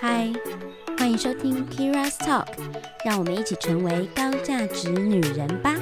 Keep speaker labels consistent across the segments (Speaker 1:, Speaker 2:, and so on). Speaker 1: 嗨，欢迎收听 Kira's Talk，让我们一起成为高价值女人吧。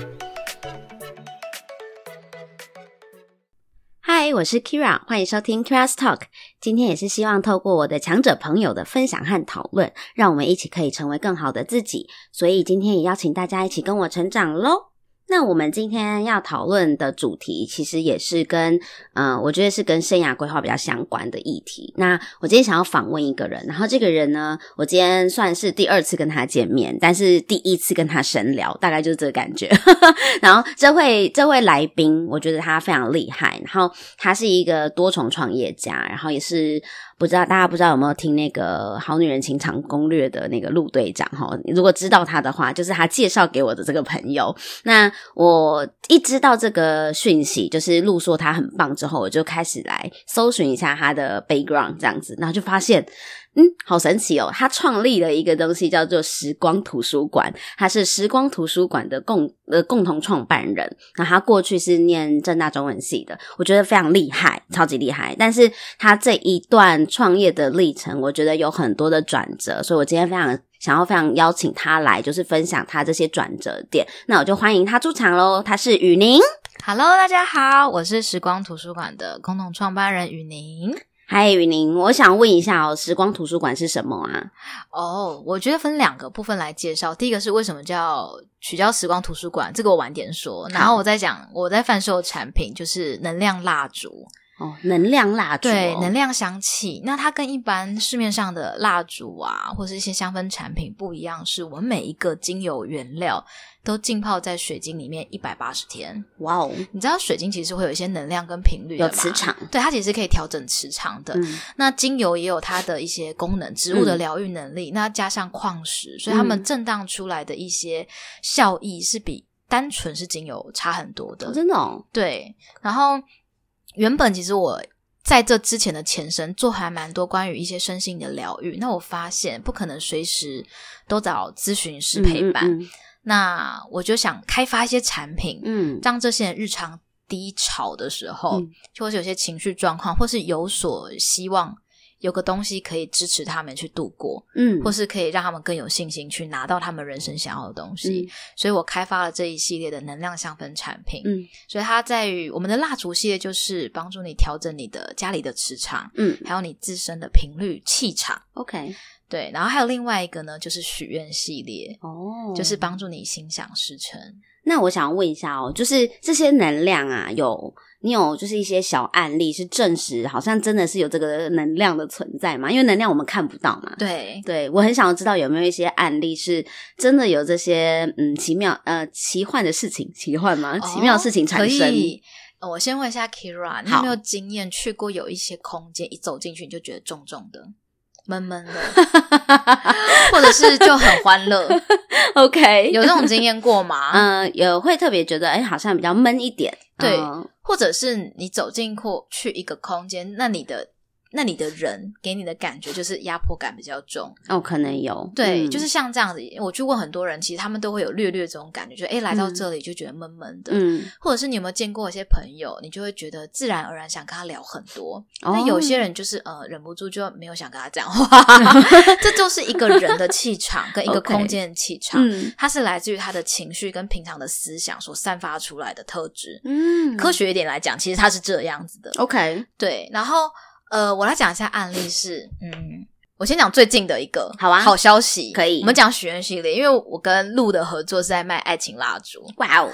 Speaker 1: 嗨，我是 Kira，欢迎收听 Kira's Talk。今天也是希望透过我的强者朋友的分享和讨论，让我们一起可以成为更好的自己。所以今天也邀请大家一起跟我成长喽。那我们今天要讨论的主题，其实也是跟嗯，我觉得是跟生涯规划比较相关的议题。那我今天想要访问一个人，然后这个人呢，我今天算是第二次跟他见面，但是第一次跟他神聊，大概就是这个感觉。 然后这位这位来宾，我觉得他非常厉害，然后他是一个多重创业家，然后也是不知道大家不知道有没有听那个《好女人情场攻略》的那个陆队长哈？如果知道他的话，就是他介绍给我的这个朋友。那我一知道这个讯息，就是露说他很棒之后，我就开始来搜寻一下他的 background 这样子，然后就发现，嗯，好神奇哦！他创立了一个东西叫做时光图书馆，他是时光图书馆的共呃共同创办人。那他过去是念正大中文系的，我觉得非常厉害，超级厉害。但是他这一段创业的历程，我觉得有很多的转折，所以我今天非常想要非常邀请他来，就是分享他这些转折点。那我就欢迎他出场喽，他是雨宁。
Speaker 2: Hello，大家好，我是时光图书馆的共同创办人雨宁。
Speaker 1: 嗨，雨宁，我想问一下哦，时光图书馆是什么啊？
Speaker 2: 哦、我觉得分两个部分来介绍。第一个是为什么叫取叫时光图书馆，这个我晚点说。然后我再讲我在贩售的产品就是能量蜡烛，
Speaker 1: 哦，能量蜡烛哦、
Speaker 2: 对，能量香气。那它跟一般市面上的蜡烛啊，或是一些香氛产品不一样，是我们每一个精油原料都浸泡在水晶里面一百八十天。
Speaker 1: 哇哦，
Speaker 2: 你知道水晶其实会有一些能量跟频率的
Speaker 1: 有
Speaker 2: 嘛
Speaker 1: 磁场。
Speaker 2: 对，它其实可以调整磁场的。
Speaker 1: 嗯
Speaker 2: 那精油也有它的一些功能，植物的疗愈能力，那加上矿石，所以它们
Speaker 1: 嗯
Speaker 2: 震荡出来的一些效益是比单纯是精油差很多的。
Speaker 1: 哦真的哦，
Speaker 2: 对，然后原本其实我在这之前的前身做还蛮多关于一些身心的疗愈，那我发现不可能随时都找咨询师陪伴，
Speaker 1: 嗯
Speaker 2: 那我就想开发一些产品，
Speaker 1: 嗯嗯
Speaker 2: 让这些人日常低潮的时候，
Speaker 1: 嗯
Speaker 2: 就或是有些情绪状况，或是有所希望，有个东西可以支持他们去度过，
Speaker 1: 嗯，
Speaker 2: 或是可以让他们更有信心去拿到他们人生想要的东西。
Speaker 1: 嗯
Speaker 2: 所以我开发了这一系列的能量香氛产品。
Speaker 1: 嗯
Speaker 2: 所以它在于我们的蜡烛系列，就是帮助你调整你的家里的磁场，
Speaker 1: 嗯
Speaker 2: 还有你自身的频率、气场。
Speaker 1: ，OK，
Speaker 2: 对，然后还有另外一个呢，就是许愿系列，
Speaker 1: 哦，
Speaker 2: 就是帮助你心想事成。
Speaker 1: 那我想问一下哦，就是这些能量啊，有你有就是一些小案例是证实，好像真的是有这个能量的存在嘛？因为能量我们看不到嘛。
Speaker 2: 对，
Speaker 1: 对，我很想要知道有没有一些案例是真的有这些嗯奇妙呃奇幻的事情，奇幻吗？奇妙的事情产生
Speaker 2: 哦可，以呃我先问一下 Kira，你
Speaker 1: 好
Speaker 2: 有没有经验去过有一些空间，一走进去你就觉得重重的、闷闷的，或者是就很欢 乐？
Speaker 1: OK，
Speaker 2: 有这种经验过 吗？
Speaker 1: 嗯、呃有会特别觉得哎、好像比较闷一点，
Speaker 2: 对
Speaker 1: 嗯
Speaker 2: 或者是你走进过去一个空间，那你的那你的人给你的感觉就是压迫感比较重，
Speaker 1: 哦可能有，
Speaker 2: 对，
Speaker 1: 嗯
Speaker 2: 就是像这样子。我去问很多人，其实他们都会有略略这种感觉，就诶来到
Speaker 1: 嗯
Speaker 2: 这里就觉得闷闷的，
Speaker 1: 嗯，
Speaker 2: 或者是你有没有见过一些朋友，你就会觉得自然而然想跟他聊很多。
Speaker 1: 哦
Speaker 2: 那有些人就是呃忍不住就没有想跟他 讲话，这就是一个人的气场跟一个
Speaker 1: OK
Speaker 2: 空间的气场，
Speaker 1: 嗯
Speaker 2: 它是来自于他的情绪跟平常的思想所散发出来的特质。
Speaker 1: 嗯，
Speaker 2: 科学一点来讲，其实它是这样子的。
Speaker 1: OK
Speaker 2: 对，然后呃，我来讲一下案例是，嗯，我先讲最近的一个
Speaker 1: 好啊
Speaker 2: 好消息，
Speaker 1: 可以
Speaker 2: 我们讲许愿系列，因为我跟鹿的合作是在卖爱情蜡烛，
Speaker 1: 哇 哦，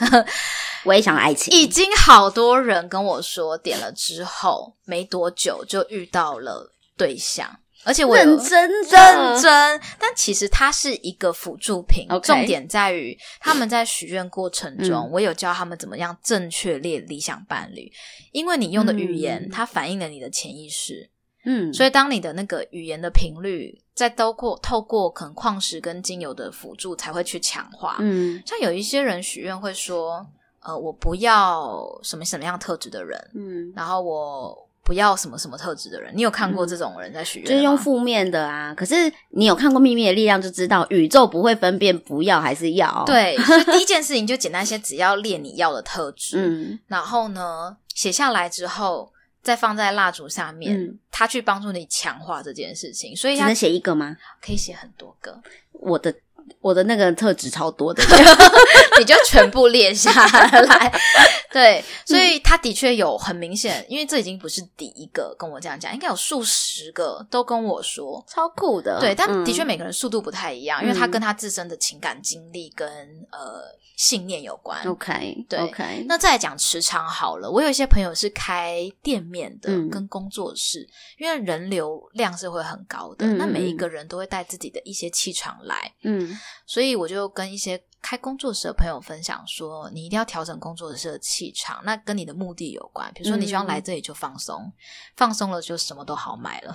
Speaker 1: 我也想爱情，
Speaker 2: 已经好多人跟我说点了之后没多久就遇到了对象，而且我有
Speaker 1: 认真
Speaker 2: 认
Speaker 1: 真，
Speaker 2: 真，但其实它是一个辅助品
Speaker 1: OK
Speaker 2: 重点在于他们在许愿过程中，
Speaker 1: 嗯
Speaker 2: 我有教他们怎么样正确列理想伴侣，因为你用的语言，
Speaker 1: 嗯
Speaker 2: 它反映了你的潜意识，
Speaker 1: 嗯，
Speaker 2: 所以当你的那个语言的频率再透过透过可能矿石跟精油的辅助，才会去强化。
Speaker 1: 嗯
Speaker 2: 像有一些人许愿会说，呃，我不要什么什么样特质的人，
Speaker 1: 嗯，
Speaker 2: 然后我不要什么什么特质的人。你有看过
Speaker 1: 嗯
Speaker 2: 这种人在许愿、
Speaker 1: 就是用。负面的啊。可是你有看过《秘密的力量》就知道，宇宙不会分辨不要还是要。，
Speaker 2: 对，所 以第一件事情就简单些，只要列你要的特质，
Speaker 1: 嗯
Speaker 2: 然后呢，写下来之后，再放在蜡烛下面，
Speaker 1: 嗯
Speaker 2: 它去帮助你强化这件事情，所以
Speaker 1: 只
Speaker 2: 它
Speaker 1: 能写一个吗？
Speaker 2: 可以写很多个，
Speaker 1: 我的我的那个特质超多 的，
Speaker 2: 你就全部列下来。对，所以他的确有很明显，因为这已经不是第一个跟我这样讲，应该有数十个都跟我说。
Speaker 1: 超酷的。
Speaker 2: 对，但
Speaker 1: 嗯
Speaker 2: 的确每个人速度不太一样，因为他
Speaker 1: 嗯
Speaker 2: 跟他自身的情感经历跟呃信念有关。
Speaker 1: OK，
Speaker 2: 对
Speaker 1: OK，
Speaker 2: 那再来讲职场好了，我有一些朋友是开店面的，
Speaker 1: 嗯
Speaker 2: 跟工作室，因为人流量是会很高的，
Speaker 1: 嗯
Speaker 2: 那
Speaker 1: 嗯
Speaker 2: 每一
Speaker 1: 嗯
Speaker 2: 个人都会带自己的一些气场来，
Speaker 1: 嗯
Speaker 2: 所以我就跟一些开工作室的朋友分享说，你一定要调整工作室的气场，那跟你的目的有关。比如说，你希望来这里就放松，放松了就什么都好买了。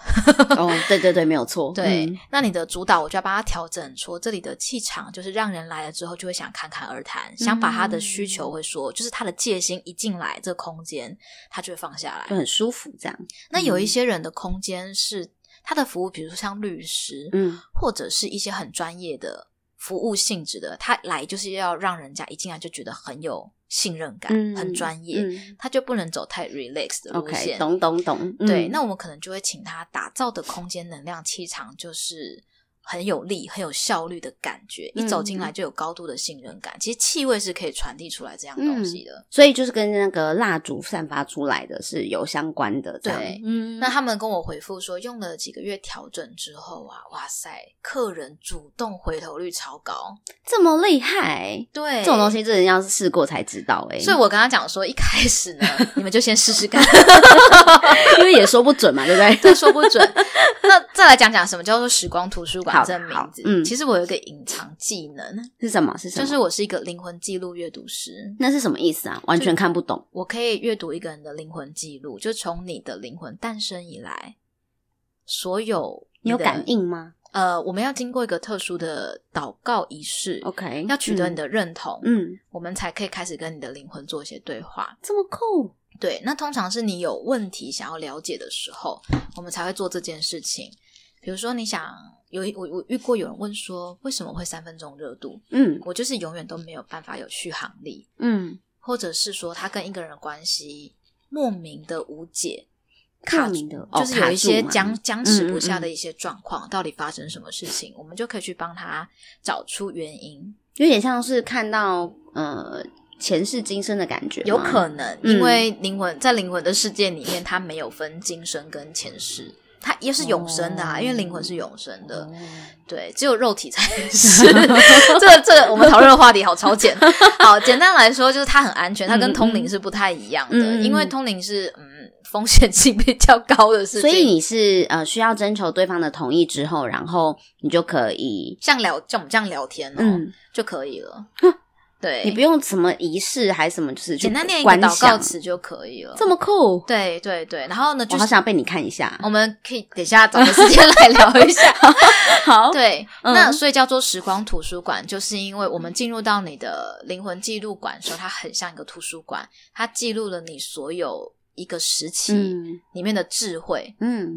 Speaker 1: 哦，对对对，没有错，
Speaker 2: 对，
Speaker 1: 嗯
Speaker 2: 那你的主导我就要帮他调整出这里的气场，就是让人来了之后就会想侃侃而谈，想把他的需求会说，就是他的戒心一进来这个空间，他就会放下来。
Speaker 1: 就很舒服这样。
Speaker 2: 那有一些人的空间是他的服务，比如说像律师，
Speaker 1: 嗯
Speaker 2: 或者是一些很专业的服务性质的，他来就是要让人家一进来就觉得很有信任感，
Speaker 1: 嗯，
Speaker 2: 很专业，
Speaker 1: 嗯
Speaker 2: 他就不能走太 relax 的路
Speaker 1: OK，
Speaker 2: 线。
Speaker 1: 懂懂懂。嗯
Speaker 2: 对，那我们可能就会请他打造的空间能量气场就是。很有力、很有效率的感觉，一走
Speaker 1: 嗯
Speaker 2: 进来就有高度的信任感。其实气味是可以传递出来这样
Speaker 1: 嗯
Speaker 2: 东西的。
Speaker 1: 所以就是跟那个蜡烛散发出来的是有相关的，这样
Speaker 2: 对
Speaker 1: 嗯
Speaker 2: 那他们跟我回复说，用了几个月调整之后啊，哇塞，客人主动回头率超高。
Speaker 1: 这么厉害，
Speaker 2: 对，
Speaker 1: 这种东西真的要是试过才知道哎、
Speaker 2: 所以我跟他讲说，一开始 呢，你们就先试试看，
Speaker 1: 因为也说不准嘛，对不对？
Speaker 2: 这说不准。那再来讲讲什么叫做时光图书馆
Speaker 1: 好
Speaker 2: 这名字。
Speaker 1: 好嗯
Speaker 2: 其实我有一个隐藏技能，
Speaker 1: 是什么？是什
Speaker 2: 就
Speaker 1: 么？
Speaker 2: 是我是一个灵魂记录阅读师。
Speaker 1: 那是什么意思啊？完全看不懂。
Speaker 2: 我可以阅读一个人的灵魂记录，就从你的灵魂诞生以来，所有
Speaker 1: 你有
Speaker 2: 的
Speaker 1: 感。应吗
Speaker 2: 呃，我们要经过一个特殊的祷告仪式
Speaker 1: ？OK，
Speaker 2: 要取得你
Speaker 1: 的
Speaker 2: 的认同，
Speaker 1: 哦嗯
Speaker 2: 我们才可以开始跟你的灵魂做一些对话。
Speaker 1: 这么酷，
Speaker 2: 对，那通常是你有问题想要了解的时候，我们才会做这件事情。比如说，你想有一我我遇过有人问说，为什么会三分钟热度？
Speaker 1: 嗯
Speaker 2: 我就是永远都没有办法有续航力，
Speaker 1: 嗯，
Speaker 2: 或者是说他跟一个人的关系莫名的无解，
Speaker 1: 看你的哦
Speaker 2: 就是有一
Speaker 1: 卡
Speaker 2: 些
Speaker 1: 住嘛
Speaker 2: 僵僵持不下
Speaker 1: 嗯嗯
Speaker 2: 的一些状况，到底发生什么事情，我们就可以去帮他找出原因。
Speaker 1: 有点像是看到呃前世今生的感觉吗，
Speaker 2: 有可能，
Speaker 1: 嗯
Speaker 2: 因为灵魂在灵魂的世界里面，它没有分今生跟前世，它也是永生的啊，
Speaker 1: 哦
Speaker 2: 因为灵魂是永生的
Speaker 1: 哦，
Speaker 2: 对，只有肉体才是。 这个这 个我们讨论的话题好超简，好简单来说就是它很安全，它跟通灵是不太一样的，
Speaker 1: 嗯嗯嗯嗯
Speaker 2: 因为通灵是嗯风险性比较高的事情，
Speaker 1: 所以你是呃需要征求对方的同意之后，然后你就可以
Speaker 2: 像聊像我们这样聊天哦、
Speaker 1: 嗯，
Speaker 2: 就可以了，对，
Speaker 1: 你不用什么仪式还是什么，就是去
Speaker 2: 简单念一个
Speaker 1: 观
Speaker 2: 祷告
Speaker 1: 想
Speaker 2: 词就可以了，
Speaker 1: 这么酷，
Speaker 2: 对对对，然后呢就
Speaker 1: 我
Speaker 2: 是
Speaker 1: 好。想被你看一下。
Speaker 2: 我们可以等一下找个时间来聊一下。
Speaker 1: 好，
Speaker 2: 对，
Speaker 1: 嗯
Speaker 2: 那所以叫做时光图书馆，就是因为我们进入到你的灵魂记录馆的时候，它很像一个图书馆，它记录了你所有一个时期
Speaker 1: 嗯
Speaker 2: 里面的智慧。
Speaker 1: 嗯，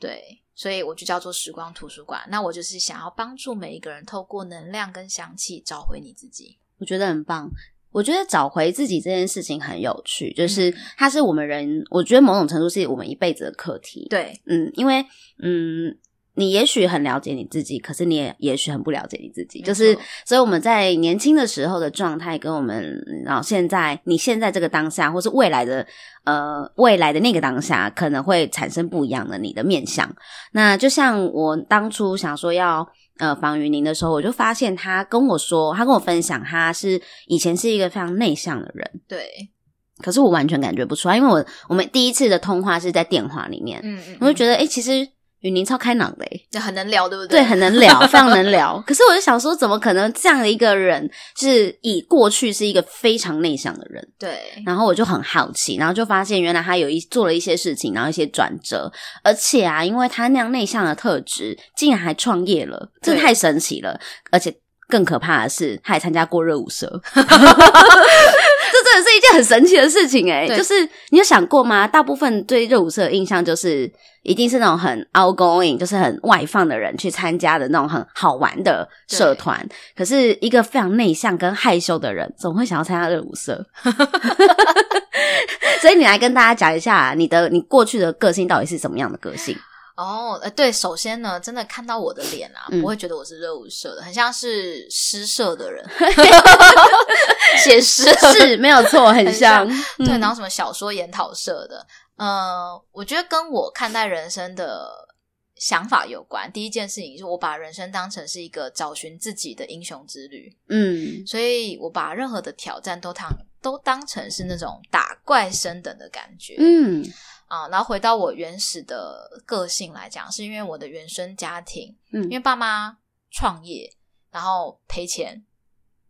Speaker 2: 对，所以我就叫做时光图书馆。那我就是想要帮助每一个人透过能量跟香气找回你自己。
Speaker 1: 我觉得很棒。我觉得找回自己这件事情很有趣，就是
Speaker 2: 嗯
Speaker 1: 它是我们人，我觉得某种程度是我们一辈子的课题。
Speaker 2: 对，
Speaker 1: 嗯，因为嗯，你也许很了解你自己，可是你也也许很不了解你自己。
Speaker 2: 没
Speaker 1: 就是
Speaker 2: 错，
Speaker 1: 所以我们在年轻的时候的状态，跟我们然后现在你现在这个当下，或是未来的呃未来的那个当下，可能会产生不一样的你的面相。那就像我当初想说要。呃，房云宁的时候，我就发现他跟我说，他跟我分享，他是以前是一个非常内向的人，
Speaker 2: 对，
Speaker 1: 可是我完全感觉不出来，因为我我们第一次的通话是在电话里面，
Speaker 2: 嗯嗯，
Speaker 1: 我就
Speaker 2: 得
Speaker 1: 觉得，哎、其实雨宁超开朗的、诶
Speaker 2: 很能聊，对不
Speaker 1: 对，
Speaker 2: 对，
Speaker 1: 很能聊，非常能聊。可是我就想说，怎么可能这样的一个人，是以过去是一个非常内向的人？
Speaker 2: 对，
Speaker 1: 然后我就很好奇，然后就发现原来他有一做了一些事情，然后一些转折，而且啊，因为他那样内向的特质，竟然还创业了，这
Speaker 2: 对
Speaker 1: 太神奇了！而且更可怕的是，他还参加过热舞社，这真的是一件很神奇的事情哎、
Speaker 2: 对
Speaker 1: 就是你有想过吗？大部分对热舞社的印象就是一定是那种很 outgoing，就是很外放的人去参加的那种很好玩的社团，可是 一个非常内向跟害羞的人，总会想要参加热舞社。所以你来跟大家讲一下、你的你过去的个性到底是怎么样的个 性？
Speaker 2: 哦，呃，对，首先呢，真的看到我的脸啊，
Speaker 1: 嗯
Speaker 2: 不会觉得我是热舞社的，很像是诗社 的人写诗。
Speaker 1: 是没有错，很
Speaker 2: 很
Speaker 1: 像
Speaker 2: 像。
Speaker 1: 嗯
Speaker 2: 对，然后什么小说研讨社的，呃，我觉得跟我看待人生的想法有关。第一件事情是我把人生当成是一个找寻自己的英雄之旅，
Speaker 1: 嗯
Speaker 2: 所以我把任何的挑战都当都当成是那种打怪升等的感觉。
Speaker 1: 嗯
Speaker 2: 啊、然后回到我原始的个性来讲，是因为我的原生家庭，因
Speaker 1: 嗯
Speaker 2: 为爸妈创业，然后赔钱，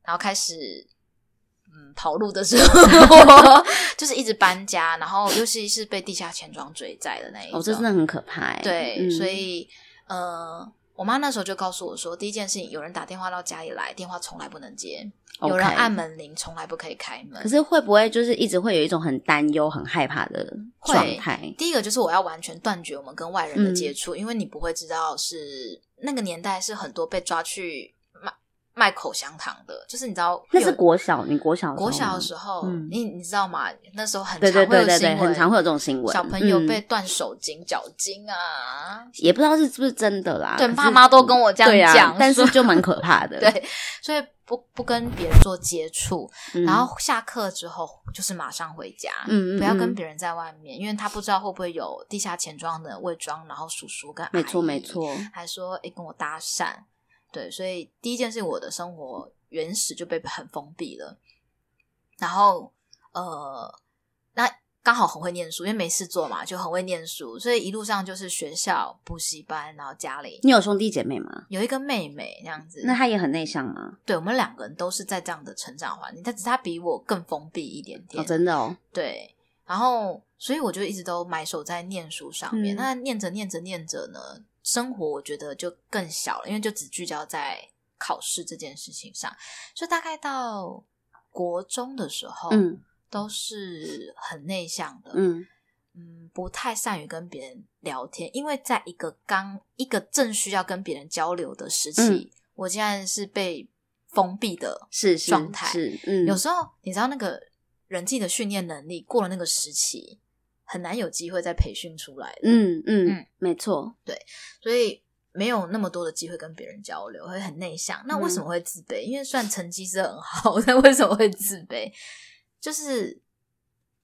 Speaker 2: 然后开始嗯跑路的时候， 就是一直搬家，然后尤其是被地下钱庄追债的那一种，
Speaker 1: 哦，这真的很可怕欸。
Speaker 2: 对，
Speaker 1: 嗯
Speaker 2: 所以呃，我妈那时候就告诉我说，第一件事情，有人打电话到家里来，电话从来不能接
Speaker 1: OK
Speaker 2: 有人按门铃从来不可以开门
Speaker 1: 可。是会不会就是一直会有一种很担忧、很害怕的
Speaker 2: 会
Speaker 1: 状态？
Speaker 2: 第一个就是我要完全断绝我们跟外人的
Speaker 1: 嗯
Speaker 2: 接触，因为你不会知道是那个年代是很多被抓去卖卖口香糖的，就是你知道
Speaker 1: 那是
Speaker 2: 有
Speaker 1: 国小，你国小的时候
Speaker 2: 国小
Speaker 1: 吗
Speaker 2: 的时候，
Speaker 1: 嗯
Speaker 2: 你你知道吗？那时候很
Speaker 1: 对对
Speaker 2: 常会
Speaker 1: 对
Speaker 2: 有
Speaker 1: 对
Speaker 2: 新
Speaker 1: 对，
Speaker 2: 闻，
Speaker 1: 很常会有这种新闻，
Speaker 2: 小朋友
Speaker 1: 嗯
Speaker 2: 被断手筋、脚筋啊，
Speaker 1: 也不知道是是不是真的啦。
Speaker 2: 对
Speaker 1: 可是
Speaker 2: 爸妈都跟我这样
Speaker 1: 对啊
Speaker 2: 讲
Speaker 1: 但是
Speaker 2: 说
Speaker 1: 就蛮可怕的。
Speaker 2: 对，所以不不跟别人做接触，
Speaker 1: 嗯，
Speaker 2: 然后下课之后就是马上回家，
Speaker 1: 嗯嗯
Speaker 2: 不要跟
Speaker 1: 嗯
Speaker 2: 别人在外面，因为他不知道会不会有地下钱庄的伪装，然后叔叔跟阿
Speaker 1: 没错
Speaker 2: 姨
Speaker 1: 没，错，
Speaker 2: 还说诶跟我搭讪，对，所以第一件事我的生活原始就被很封闭了，然后呃，那刚好很会念书，因为没事做嘛，就很会念书，所以一路上就是学校、补习班，然后家里
Speaker 1: 你有兄弟姐妹吗？
Speaker 2: 有一个妹妹那样子，
Speaker 1: 嗯那他也很内向吗？
Speaker 2: 对我们两个人都是在这样的成长环境，但只是他比我更封闭一点点。
Speaker 1: 哦，真的哦，
Speaker 2: 对，然后所以我就一直都埋首在念书上面。
Speaker 1: 嗯
Speaker 2: 那念着念着念着呢，生活我觉得就更小了，因为就只聚焦在考试这件事情上。所以大概到国中的时候，
Speaker 1: 嗯
Speaker 2: 都是很内向的，
Speaker 1: 嗯
Speaker 2: 嗯，不太善于跟别人聊天，因为在一个刚一个正需要跟别人交流的时期，
Speaker 1: 嗯
Speaker 2: 我竟然是被封闭的。
Speaker 1: 是是
Speaker 2: 状态
Speaker 1: 是嗯
Speaker 2: 有时候你知道，那个人际的训练能力过了那个时期，很难有机会再培训出来。，
Speaker 1: 嗯嗯
Speaker 2: 嗯
Speaker 1: 没错，
Speaker 2: 所以没有那么多的机会跟别人交流，会很内向。那
Speaker 1: 嗯
Speaker 2: 为什么会自卑？因为虽然成绩是很好， 但为什么会自卑？就是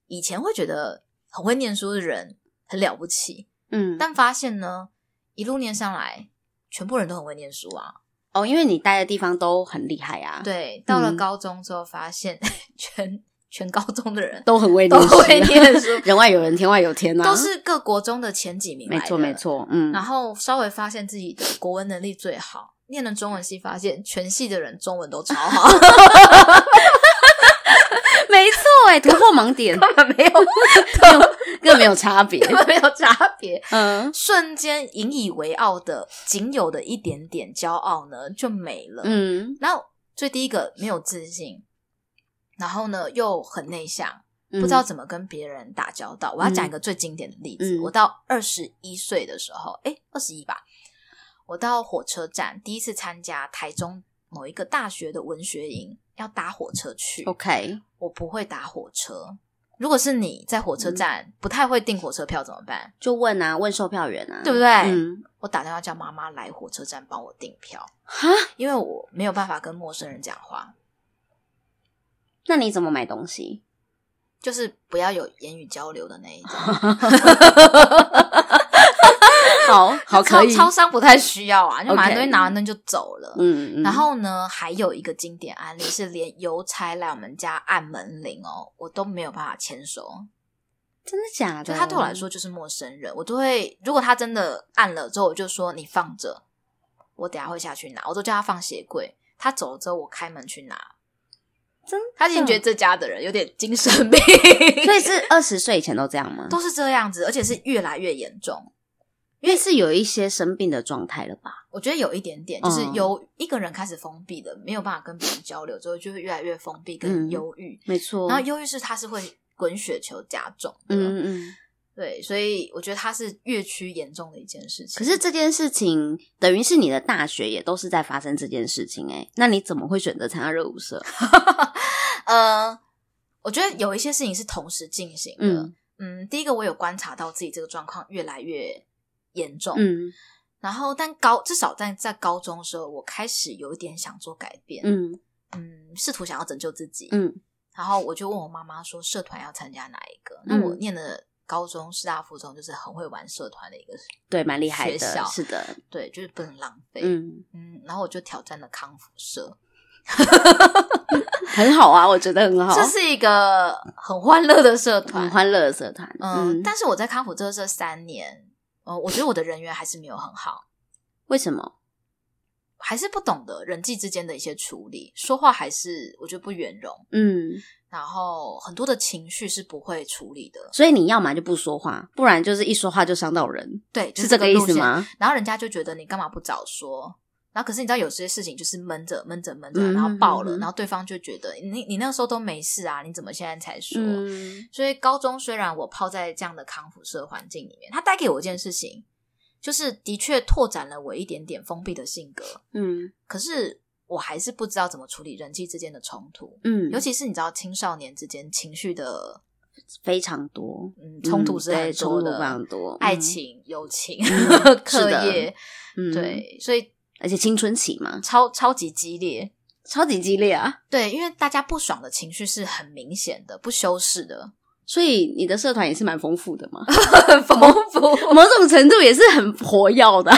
Speaker 2: 以前会觉得很会念书的人很了不起，
Speaker 1: 嗯，
Speaker 2: 但发现呢，一路念上来，全部人都很会念书啊。
Speaker 1: 哦，因为你待的地方都很厉害啊，，
Speaker 2: 对，到了
Speaker 1: 嗯
Speaker 2: 高中之后，发现 全全高中的人
Speaker 1: 都很会
Speaker 2: 都
Speaker 1: 念书
Speaker 2: 会念书
Speaker 1: 人外有人，天外有天啊，
Speaker 2: 都是各国中的前几名，
Speaker 1: 没错没。错，嗯
Speaker 2: 然，后稍微发现自己的国文能力最好，念了中文系，发现全系的人中文都 超好，
Speaker 1: 没错哎，突破盲 点
Speaker 2: 根本没有
Speaker 1: 根本没有差 别，
Speaker 2: 根本没有差别。
Speaker 1: 嗯
Speaker 2: 瞬间引以为傲的仅有的一点点骄傲呢，就没了。
Speaker 1: 嗯
Speaker 2: 然后，所以第一个没有自信，然后呢又很内向，
Speaker 1: 嗯，
Speaker 2: 不知道怎么跟别人打交道。我要讲一个最经典的例子，
Speaker 1: 嗯
Speaker 2: 我到二十一岁的时候，诶，二十一吧，我到火车站第一次参加台中某一个大学的文学营，要搭火车去。
Speaker 1: OK，
Speaker 2: 我不会搭火车。如果是你在火车
Speaker 1: 嗯
Speaker 2: 站、不太会订火车票怎么办？
Speaker 1: 就问啊，问售票员啊，
Speaker 2: 对不对
Speaker 1: 嗯，
Speaker 2: 我打电话叫妈妈来火车站帮我订票，
Speaker 1: 哈，
Speaker 2: 因为我没有办法跟陌生人讲话。
Speaker 1: 那你怎么买东西？
Speaker 2: 就是不要有言语交流的那一种，
Speaker 1: 好好
Speaker 2: 超
Speaker 1: 哦可以，
Speaker 2: 超商不太需要啊，就
Speaker 1: OK
Speaker 2: 买完东西拿完灯就走了。
Speaker 1: 嗯嗯，
Speaker 2: 然后呢，还有一个经典案例是，连邮差来我们家按门铃哦，我都没有办法牵手，
Speaker 1: 真的假的？
Speaker 2: 就他对我来说就是陌生人，我都会，如果他真的按了之后，我就说你放着，我等下会下去拿，我都叫他放鞋柜，他走了之后我开门去拿，
Speaker 1: 真
Speaker 2: 他已经觉得这家的人有点精神病，
Speaker 1: 所以是二十岁以前都这样吗？
Speaker 2: 都是这样子，而且是越来越严重。
Speaker 1: 因为是有一些生病的状态了吧？
Speaker 2: 我觉得有一点点，就是
Speaker 1: 嗯
Speaker 2: 由一个人开始封闭的，没有办法跟别人交流之后，就会越来越封闭跟
Speaker 1: 嗯
Speaker 2: 忧郁。
Speaker 1: 没错，
Speaker 2: 然后忧郁是它是会滚雪球加重的，
Speaker 1: 嗯嗯。
Speaker 2: 对，所以我觉得它是越趋严重的一件事情。
Speaker 1: 可是这件事情等于是你的大学也都是在发欸生这件事情哎、那你怎么会选择参加热舞社？
Speaker 2: 呃，我觉得有一些事情是同时进行的。
Speaker 1: 嗯
Speaker 2: 嗯第一个我有观察到自己这个状况越来越严重，
Speaker 1: 嗯
Speaker 2: 然后但高至少在在高中的时候，我开始有一点想做改变，
Speaker 1: 嗯
Speaker 2: 嗯，试图想要拯救自己，
Speaker 1: 嗯
Speaker 2: 然后我就问我妈妈说，社团要参加哪一个？
Speaker 1: 嗯
Speaker 2: 那我念的高中师大附中就是很会玩社团的一个，
Speaker 1: 对，蛮厉害
Speaker 2: 学
Speaker 1: 的，
Speaker 2: 校
Speaker 1: 是的，
Speaker 2: 对，就是不能浪费。嗯
Speaker 1: 嗯，
Speaker 2: 然后我就挑战了康复社，
Speaker 1: 很好啊，我觉得很好，
Speaker 2: 这是一个很欢乐的社团
Speaker 1: 很，欢乐的社团，
Speaker 2: 嗯，
Speaker 1: 嗯，
Speaker 2: 但是我在康复社这三年，呃，我觉得我的人缘还是没有很好，
Speaker 1: 为什么？
Speaker 2: 还是不懂得人际之间的一些处理，说话还是我觉得不圆融，
Speaker 1: 嗯，
Speaker 2: 然后很多的情绪是不会处理的，
Speaker 1: 所以你要嘛就不说话，不然就是一说话就伤到人，
Speaker 2: 对，就是
Speaker 1: 这个意
Speaker 2: 路
Speaker 1: 思
Speaker 2: 线？
Speaker 1: 吗？
Speaker 2: 然后人家就觉得你干嘛不早说？然后可是你知道有些事情就是闷着闷着闷着，
Speaker 1: 嗯
Speaker 2: 然后爆了，
Speaker 1: 嗯嗯
Speaker 2: 然后对方就觉得你你那时候都没事啊，你怎么现在才说？
Speaker 1: 嗯
Speaker 2: 所以高中虽然我泡在这样的康复社环境里面，它带给我一件事情，就是的确拓展了我一点点封闭的性格，
Speaker 1: 嗯
Speaker 2: 可是我还是不知道怎么处理人际之间的冲突，
Speaker 1: 嗯，
Speaker 2: 尤其是你知道青少年之间情绪的
Speaker 1: 非常多，
Speaker 2: 嗯冲突
Speaker 1: 嗯
Speaker 2: 是
Speaker 1: 对
Speaker 2: 很
Speaker 1: 冲
Speaker 2: 多
Speaker 1: 突
Speaker 2: 的，
Speaker 1: 非常多，
Speaker 2: 爱
Speaker 1: 嗯，
Speaker 2: 情、友情、
Speaker 1: 嗯
Speaker 2: 课
Speaker 1: 是的
Speaker 2: 业，
Speaker 1: 嗯，
Speaker 2: 对，所以
Speaker 1: 而且青春期嘛，
Speaker 2: 超超级激烈。
Speaker 1: 超级激烈啊，
Speaker 2: 对，因为大家不爽的情绪是很明显的，不修饰的，
Speaker 1: 所以你的社团也是蛮丰富的嘛，
Speaker 2: 很
Speaker 1: 嗯
Speaker 2: 丰富。
Speaker 1: 某种程度也是很活跃的，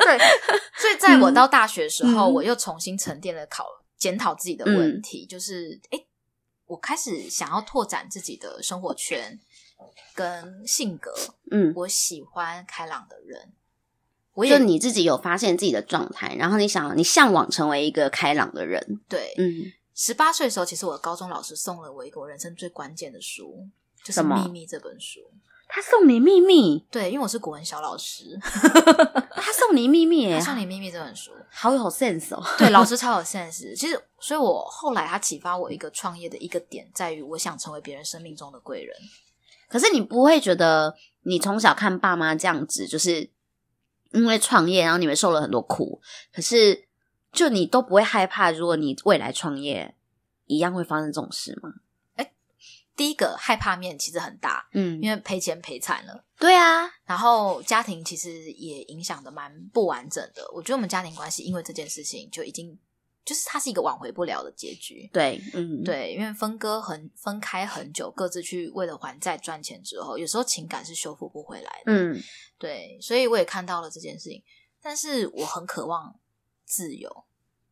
Speaker 2: 对，所以在我到大学的时候，
Speaker 1: 嗯
Speaker 2: 我又重新沉淀了考检讨自己的问题，就是哎，诶我开始想要拓展自己的生活圈跟性格，
Speaker 1: 嗯。
Speaker 2: 我喜欢开朗的人，我
Speaker 1: 就
Speaker 2: 也
Speaker 1: 你自己有发现自己的状态，然后你想，你向往成为一个开朗的人，
Speaker 2: 对。
Speaker 1: 嗯，
Speaker 2: 十八岁的时候，其实我的高中老师送了我一个我人生最关键的书，就是
Speaker 1: 什
Speaker 2: 《
Speaker 1: 么
Speaker 2: 秘密》这本书。
Speaker 1: 他送你秘密，
Speaker 2: 对，因为我是国文小老师，
Speaker 1: 他送你秘密耶，
Speaker 2: 他送你《秘密》这本书，
Speaker 1: 好有 sense 哦，
Speaker 2: 对，老师超有 sense。其实，所以我后来他启发我一个创业的一个点，在于我想成为别人生命中的贵人。
Speaker 1: 可是你不会觉得你从小看爸妈这样子，就是因为创业，然后你们受了很多苦，可是就你都不会害怕，如果你未来创业，一样会发生这种事吗？
Speaker 2: 第一个害怕面其实很大，
Speaker 1: 嗯
Speaker 2: 因为赔钱赔惨了，
Speaker 1: 对啊，
Speaker 2: 然后家庭其实也影响的蛮不完整的。我觉得我们家庭关系因为这件事情就已经就是它是一个挽回不了的结局。
Speaker 1: 对，嗯，，
Speaker 2: 对，因为分割很分开很久，各自去为了还债赚钱之后，有时候情感是修复不回来的。
Speaker 1: 嗯
Speaker 2: 对，所以我也看到了这件事情，但是我很渴望自由，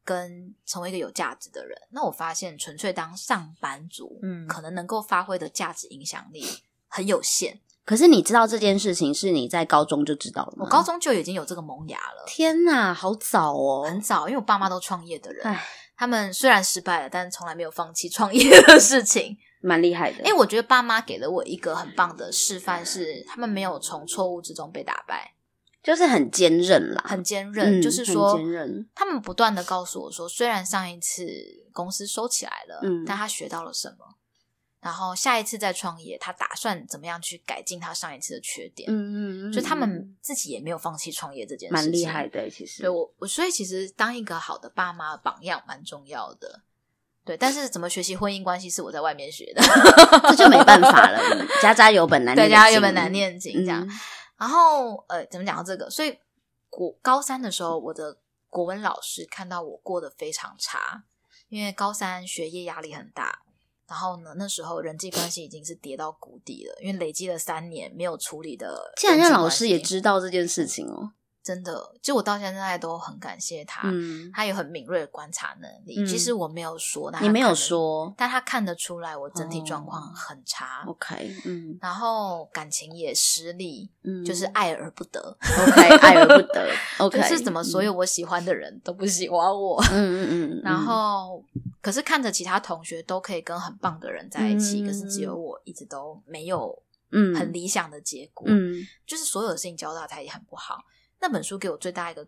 Speaker 2: 跟成为一个有价值的人。那我发现，纯粹当上班族，
Speaker 1: 嗯
Speaker 2: 可能能够发挥的价值影响力很有限。
Speaker 1: 可是你知道这件事情是你在高中就知道了吗？
Speaker 2: 我高中就已经有这个萌芽了，
Speaker 1: 天哪，好早
Speaker 2: 很
Speaker 1: 哦，
Speaker 2: 早，因为我爸妈都创业的人
Speaker 1: 唉，
Speaker 2: 他们虽然失败了，但从来没有放弃创业的事情。
Speaker 1: 蛮厉害的。
Speaker 2: 因为我觉得爸妈给了我一个很棒的示范，是他们没有从错误之中被打败，
Speaker 1: 就是很坚韧啦，
Speaker 2: 很坚韧，
Speaker 1: 嗯
Speaker 2: 就是
Speaker 1: 很
Speaker 2: 说
Speaker 1: 坚韧
Speaker 2: 他们不断的告诉我说，虽然上一次公司收起来了，
Speaker 1: 嗯
Speaker 2: 但他学到了什么，然后下一次再创业，他打算怎么样去改进他上一次的缺点，
Speaker 1: 嗯嗯嗯，
Speaker 2: 就他
Speaker 1: 嗯
Speaker 2: 们自己也没有放弃创业这件事情，
Speaker 1: 蛮厉害。的，其实
Speaker 2: 对我，我所以其实当一个好的爸妈榜样蛮重要的。对，但是怎么学习婚姻关系是我在外面学的，
Speaker 1: 这就没办法了，嗯家家有本难念
Speaker 2: 对，
Speaker 1: 的经，
Speaker 2: 家有本难念经这样。
Speaker 1: 嗯
Speaker 2: 然后呃，怎么讲到这个？所以国高三的时候，我的国文老师看到我过得非常差，因为高三学业压力很大。然后呢，那时候人际关系已经是跌到谷底了，因为累积了三年没有处理的。
Speaker 1: 竟然让老师也，知道这件事情哦。
Speaker 2: 真的，就我到现在都很感谢他，
Speaker 1: 嗯，
Speaker 2: 他有很敏锐的观察能力。
Speaker 1: 嗯
Speaker 2: 其实我没有说，但他
Speaker 1: 你没有
Speaker 2: 看得，
Speaker 1: 说
Speaker 2: 但他看得出来我整体状况
Speaker 1: 哦
Speaker 2: 很差，
Speaker 1: ，OK，嗯
Speaker 2: 然后感情也失利，
Speaker 1: 嗯，
Speaker 2: 就是爱而不得。
Speaker 1: OK，爱而不得，OK，
Speaker 2: 就是怎么所有我喜欢的人都不喜欢 我，
Speaker 1: 嗯嗯嗯嗯，
Speaker 2: 然后可是看着其他同学都可以跟很棒的人在一起，
Speaker 1: 嗯
Speaker 2: 可是只有我一直都没有
Speaker 1: 嗯
Speaker 2: 很理想的结果，
Speaker 1: 嗯
Speaker 2: 就是所有的事情交到他也很不好。那本书给我最大一个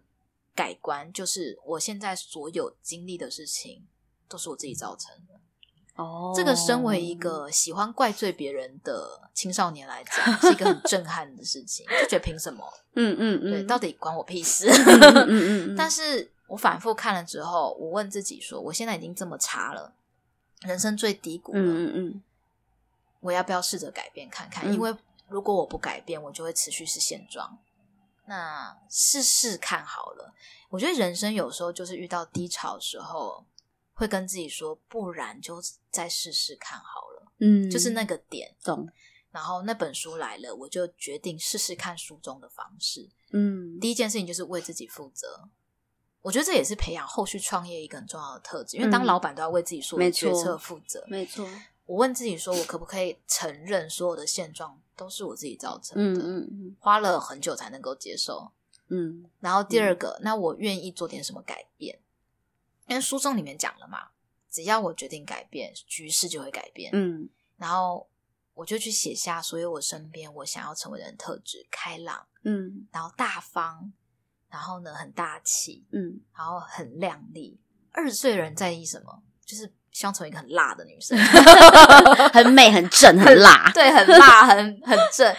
Speaker 2: 改观，就是我现在所有经历的事情都是我自己造成的。
Speaker 1: 哦，
Speaker 2: 这个身为一个喜欢怪罪别人的青少年来讲，是一个很震撼的事情，就觉得凭什么？
Speaker 1: 嗯嗯嗯，
Speaker 2: 对，到底关我屁事？
Speaker 1: 嗯嗯嗯嗯，
Speaker 2: 但
Speaker 1: 是
Speaker 2: 是我反复看了之后，我问自己说，我现在已经这么差了，人生最低谷了，
Speaker 1: 嗯嗯
Speaker 2: 我要不要试着改变看看？
Speaker 1: 嗯
Speaker 2: 因为如果我不改变，我就会持续是现状。那试试看好了。我觉得人生有时候就是遇到低潮的时候，会跟自己说，不然就再试试看好了。
Speaker 1: 嗯嗯，
Speaker 2: 就是那个点，
Speaker 1: 懂，
Speaker 2: 然后那本书来了，我就决定试试看书中的方式。
Speaker 1: 嗯
Speaker 2: 第一件事情就是为自己负责。我觉得这也是培养后续创业一个很重要的特质，因为当
Speaker 1: 嗯
Speaker 2: 老板都要为自己所有
Speaker 1: 没
Speaker 2: 的
Speaker 1: 错
Speaker 2: 决策负责。
Speaker 1: 没错，
Speaker 2: 我问自己说，我可不可以承认所有的现状都是我自己造成
Speaker 1: 嗯
Speaker 2: 的？
Speaker 1: 嗯嗯
Speaker 2: 花了很久才能够接受。
Speaker 1: 嗯
Speaker 2: 然后第二个，那我愿意做点什么改变？因为书中里面讲了嘛，只要我决定改变，局势就会改变。
Speaker 1: 嗯
Speaker 2: 然后我就去写下所有我身边我想要成为的人特质：开朗，
Speaker 1: 嗯
Speaker 2: 然后大方，然后呢很大气，
Speaker 1: 嗯，
Speaker 2: 然后很靓丽。二十岁的人在意什么？就是希望成为一个很辣的 女生。
Speaker 1: 很美，很正，很辣，
Speaker 2: 对，很 辣，很很正，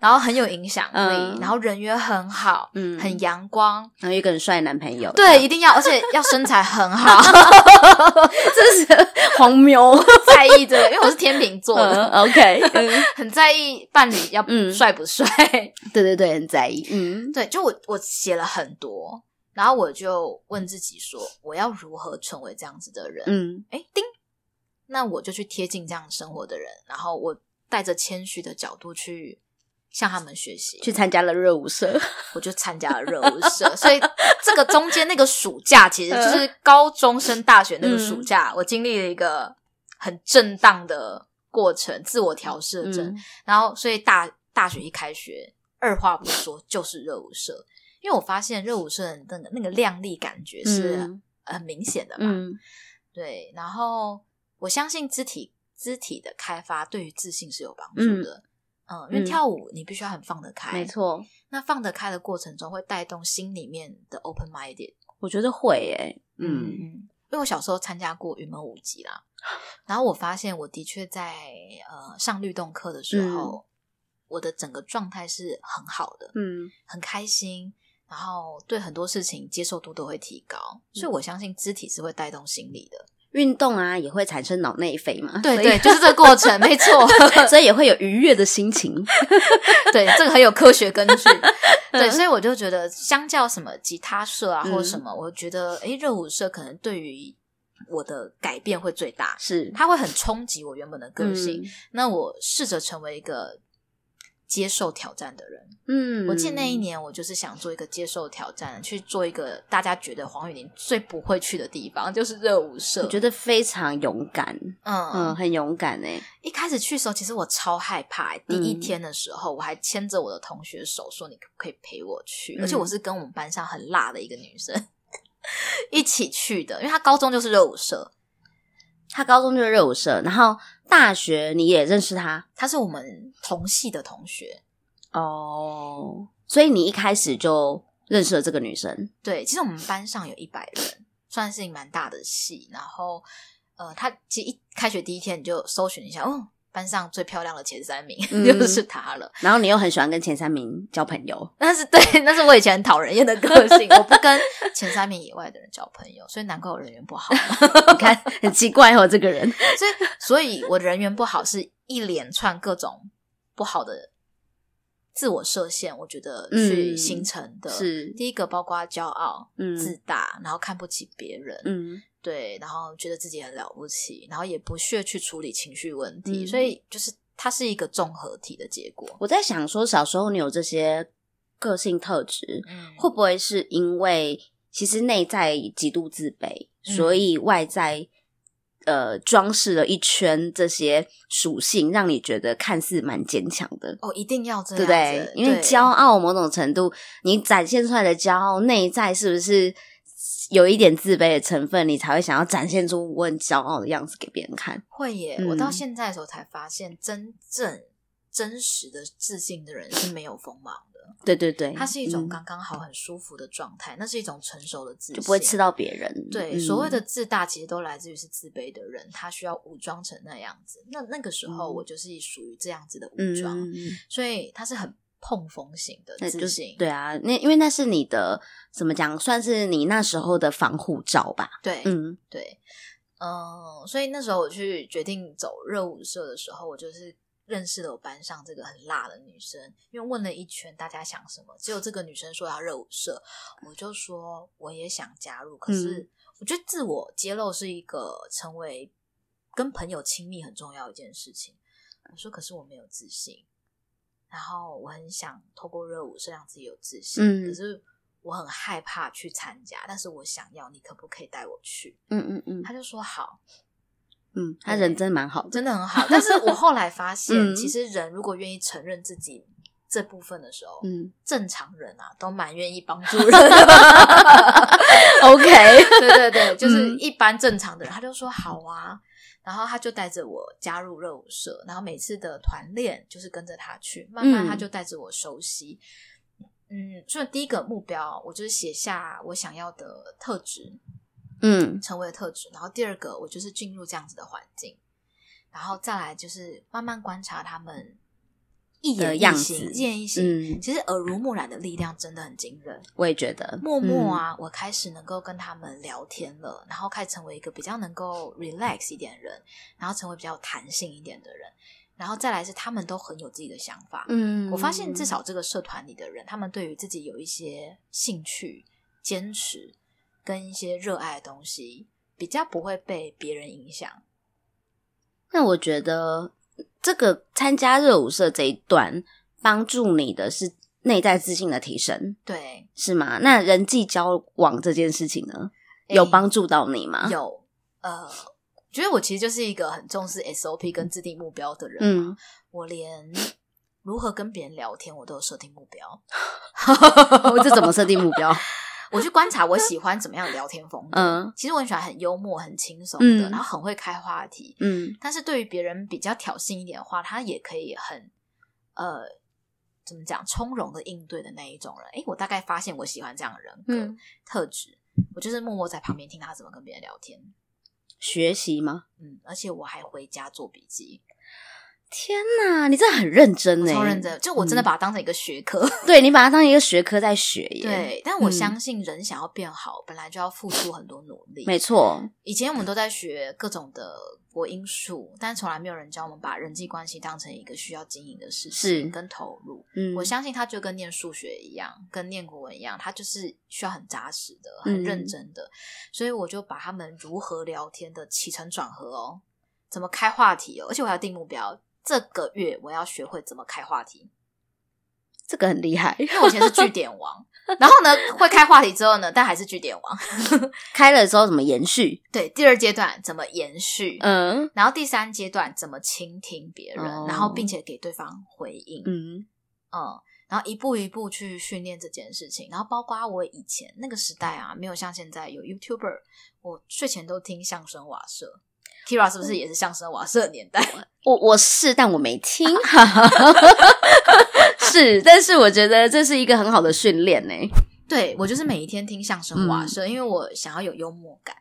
Speaker 2: 然后很有影响力，
Speaker 1: 嗯
Speaker 2: 然后人缘很好，
Speaker 1: 嗯，
Speaker 2: 很阳光，
Speaker 1: 然后有一个很帅的男朋友，
Speaker 2: 对，一定要，而且要身材很好，
Speaker 1: 这是 荒 谬。
Speaker 2: 在意这个，因为我是天秤座
Speaker 1: 嗯
Speaker 2: 的，
Speaker 1: OK，嗯
Speaker 2: 很在意伴侣要
Speaker 1: 嗯
Speaker 2: 帅不帅。
Speaker 1: 对对对，很在意，嗯
Speaker 2: 对，就我我写了很多，然后我就问自己说，我要如何成为这样子的人？
Speaker 1: 嗯
Speaker 2: 哎、叮，那我就去贴近这样生活的人，然后我带着谦虚的角度去向他们学习，
Speaker 1: 去参加了热舞社，
Speaker 2: 我就参加了热舞社，所以这个中间那个暑假，其实就是
Speaker 1: 嗯
Speaker 2: 高中升大学那个暑假，我经历了一个很震荡的过程，自我调试的
Speaker 1: 嗯
Speaker 2: 整。然后，所以大大学一开学，二话不说就是热舞社，因为我发现热舞社的那个那个亮丽感觉是
Speaker 1: 嗯
Speaker 2: 很明显的嘛。
Speaker 1: 嗯
Speaker 2: 对，然后我相信肢体肢体的开发对于自信是有帮助的。嗯因为
Speaker 1: 嗯
Speaker 2: 跳舞你必须要很放得开，
Speaker 1: 没错，
Speaker 2: 那放得开的过程中，会带动心里面的 open minded。
Speaker 1: 我觉得会诶，
Speaker 2: 嗯
Speaker 1: 嗯
Speaker 2: 嗯，因为我小时候参加过云门舞集啦，然后我发现我的确在呃上律动课的时候，我的整个状态是很好的，
Speaker 1: 嗯
Speaker 2: 很开心，然后对很多事情接受度都会提高，所以我相信肢体是会带动心理的。
Speaker 1: 运动啊也会产生脑内啡嘛，
Speaker 2: 对
Speaker 1: 所以
Speaker 2: 对，就是这个过程，没错。
Speaker 1: 所以也会有愉悦的心情。
Speaker 2: 对，这个很有科学根据。对，所以我就觉得，相较什么吉他社啊，
Speaker 1: 嗯
Speaker 2: 或者什么，我觉得，诶，热舞社可能对于我的改变会最大，
Speaker 1: 是，
Speaker 2: 它会很冲击我原本的个性。
Speaker 1: 嗯
Speaker 2: 那我试着成为一个接受挑战的人。
Speaker 1: 嗯
Speaker 2: 我记得那一年，我就是想做一个接受挑战，去做一个大家觉得黄雨玲最不会去的地方，就是热舞社。
Speaker 1: 我觉得非常勇敢，嗯，
Speaker 2: 嗯，
Speaker 1: 很勇敢欸诶。
Speaker 2: 一开始去的时候，其实我超害怕、欸第一
Speaker 1: 嗯
Speaker 2: 天的时候，我还牵着我的同学手说：“你可不可以陪我去？”
Speaker 1: 嗯
Speaker 2: 而且我是跟我们班上很辣的一个女生 一起去的，因为她高中就是热舞社，
Speaker 1: 他高中就是热舞社，然后大学你也认识他
Speaker 2: 她是我们同系的同学。
Speaker 1: 哦，所以你一开始就认识了这个女生，
Speaker 2: 对，其实我们班上有一百人，算是蛮大的系。然后，呃，她其实一开学第一天你就搜寻一下，哦，班上最漂亮的前三名、
Speaker 1: 嗯
Speaker 2: 就是她了。
Speaker 1: 然后你又很喜欢跟前三名交朋友，
Speaker 2: 但是对， 那是我以前很讨人厌的个性，我不跟前三名以外的人交朋友，所以难怪我人缘不好。
Speaker 1: 你看很奇怪哦，这个人，
Speaker 2: 所以， 所以我人缘不好是一连串各种不好的自我设限，我觉得去
Speaker 1: 嗯
Speaker 2: 形成 的。
Speaker 1: 是
Speaker 2: 第一个，包括骄傲、
Speaker 1: 嗯
Speaker 2: 自大，然后看不起别人，
Speaker 1: 嗯
Speaker 2: 对，然后觉得自己很了不起，然后也不屑去处理情绪问题，
Speaker 1: 嗯
Speaker 2: 所以就是它是一个综合体的结果。
Speaker 1: 我在想说，小时候你有这些个性特质，
Speaker 2: 嗯
Speaker 1: 会不会是因为其实内在极度自卑，
Speaker 2: 嗯
Speaker 1: 所以外在呃装饰了一圈这些属性，让你觉得看似蛮坚强的，
Speaker 2: 哦，一定要这
Speaker 1: 对
Speaker 2: 样
Speaker 1: 不对
Speaker 2: 子？
Speaker 1: 因为
Speaker 2: 对
Speaker 1: 骄傲某种程度，你展现出来的骄傲内在是不是？有一点自卑的成分，你才会想要展现出我很骄傲的样子给别人看。
Speaker 2: 会耶！
Speaker 1: 嗯
Speaker 2: 我到现在的时候才发现，真正真实的自信的人是没有锋芒的，
Speaker 1: 对对对，
Speaker 2: 它是一种
Speaker 1: 嗯
Speaker 2: 刚刚好、很舒服的状态，那是一种成熟的自信，
Speaker 1: 就不会吃。到别人。
Speaker 2: 对，
Speaker 1: 嗯
Speaker 2: 所谓的自大其实都来自于是自卑的人，他需要武装成那样子。那那个时候
Speaker 1: 嗯
Speaker 2: 我就是属于这样子的武
Speaker 1: 嗯，
Speaker 2: 装，
Speaker 1: 嗯嗯
Speaker 2: 所以他是很碰风型的
Speaker 1: 那
Speaker 2: 自
Speaker 1: 就是
Speaker 2: 信。
Speaker 1: 对啊，那因为那是你的怎么讲，算是你那时候的防护罩吧。
Speaker 2: 对
Speaker 1: 嗯
Speaker 2: 对，嗯，所以那时候我去决定走热舞社的时候，我就是认识了我班上这个很辣的女生，因为问了一圈大家想什么，只有这个女生说要热舞社，我就说我也想加入，可是我觉得自我揭露是一个成为跟朋友亲密很重要的一件事情。我说可是我没有自信，然后我很想透过热舞社让自己有自信，
Speaker 1: 嗯
Speaker 2: 可是我很害怕去参加，但是我想要，你可不可以带我去？
Speaker 1: 嗯嗯嗯
Speaker 2: 他就说好。
Speaker 1: 嗯，他人真蛮好的，
Speaker 2: 真的很好。但是我后来发
Speaker 1: 嗯
Speaker 2: 现，其实人如果愿意承认自己这部分的时候，
Speaker 1: 嗯
Speaker 2: 正常人啊都蛮愿意帮助人 的。
Speaker 1: ，OK，
Speaker 2: 对对对，就是
Speaker 1: 嗯
Speaker 2: 一般正常的人，他就说好啊，然后他就带着我加入热舞社，然后每次的团练就是跟着他去，慢慢
Speaker 1: 嗯
Speaker 2: 他就带着我熟悉。嗯，所以第一个目标，我就是写下我想要的特质，
Speaker 1: 嗯
Speaker 2: 成为特质，然后第二个我就是进入这样子的环境，然后再来就是慢慢观察他们一言
Speaker 1: 的
Speaker 2: 一
Speaker 1: 样
Speaker 2: 行
Speaker 1: 子
Speaker 2: 一言一行。
Speaker 1: 嗯，
Speaker 2: 其实耳濡目染的力量真的很惊人。
Speaker 1: 我也觉得嗯
Speaker 2: 默默，啊，我开始能够跟他们聊天了，然后开始成为一个比较能够 relax 一点的人，然后成为比较有弹性一点的人，然后再来是他们都很有自己的想法，
Speaker 1: 嗯，
Speaker 2: 我发现至少这个社团里的人，他们对于自己有一些兴趣、坚持跟一些热爱的东西，比较不会被别人影响。
Speaker 1: 那我觉得这个参加热舞社这一段帮助你的是内在自信的提升，
Speaker 2: 对，
Speaker 1: 是吗？那人际交往这件事情呢，有
Speaker 2: 诶
Speaker 1: 帮助到你吗？，
Speaker 2: 有呃，觉得我其实就是一个很重视 SOP 跟制定目标的人。
Speaker 1: 嗯，
Speaker 2: 我连如何跟别人聊天，我都有设定目标。
Speaker 1: 哦这怎么设定目 标？
Speaker 2: 我去观察我喜欢怎么样的聊天风格。
Speaker 1: 嗯
Speaker 2: 其实我很喜欢很幽默、很轻松的，
Speaker 1: 嗯
Speaker 2: 然后很会开话题。
Speaker 1: 嗯
Speaker 2: 但是对于别人比较挑衅一点的话，他也可以很呃怎么讲从容的应对的那一种人。诶，我大概发现我喜欢这样的人格、
Speaker 1: 嗯，
Speaker 2: 特质，我就是默默在旁边听他怎么跟别人聊天。
Speaker 1: 学习吗？
Speaker 2: 嗯，而且我还回家做笔记，
Speaker 1: 天哪，你这很认真
Speaker 2: 我
Speaker 1: 哎，
Speaker 2: 超认真，就我真的
Speaker 1: 嗯
Speaker 2: 把它当成一个学科。
Speaker 1: 对你把它当一个学科在学耶，，
Speaker 2: 对，但我
Speaker 1: 嗯
Speaker 2: 相信人想要变好，本来就要付出很多努力。
Speaker 1: 没错，
Speaker 2: 以前我们都在学各种的国因素，但从来没有人教我们把人际关系当成一个需要经营的事
Speaker 1: 是
Speaker 2: 情跟投入。
Speaker 1: 嗯，
Speaker 2: 我相信他就跟念数学一样，跟念古文一样，他就是需要很扎实的、
Speaker 1: 嗯
Speaker 2: 很认真的。所以我就把他们如何聊天的起承转合哦，怎么开话题哦，而且我还要定目标，这个月我要学会怎么开话题，
Speaker 1: 这个很厉害，
Speaker 2: 因为我以前是据点王，然后呢会开话题之后呢，但还是据点王。
Speaker 1: 开了之后怎么延续？
Speaker 2: 对，第二阶段怎么延续？
Speaker 1: 嗯
Speaker 2: 然后第三阶段怎么倾听别人，
Speaker 1: 哦
Speaker 2: 然后并且给对方回应。
Speaker 1: 嗯
Speaker 2: 嗯，然后一步一步去训练这件事情，然后包括我以前那个时代啊，没有像现在有 YouTuber，我睡前都听相声瓦舍。Kira 是不
Speaker 1: 嗯
Speaker 2: 是也是相声瓦舍的年代？
Speaker 1: 我我是，但我没听， 是，但是我觉得这是一个很好的训练呢。
Speaker 2: 对我就是每一天听相声
Speaker 1: 嗯
Speaker 2: 瓦舍，因为我想要有幽默感，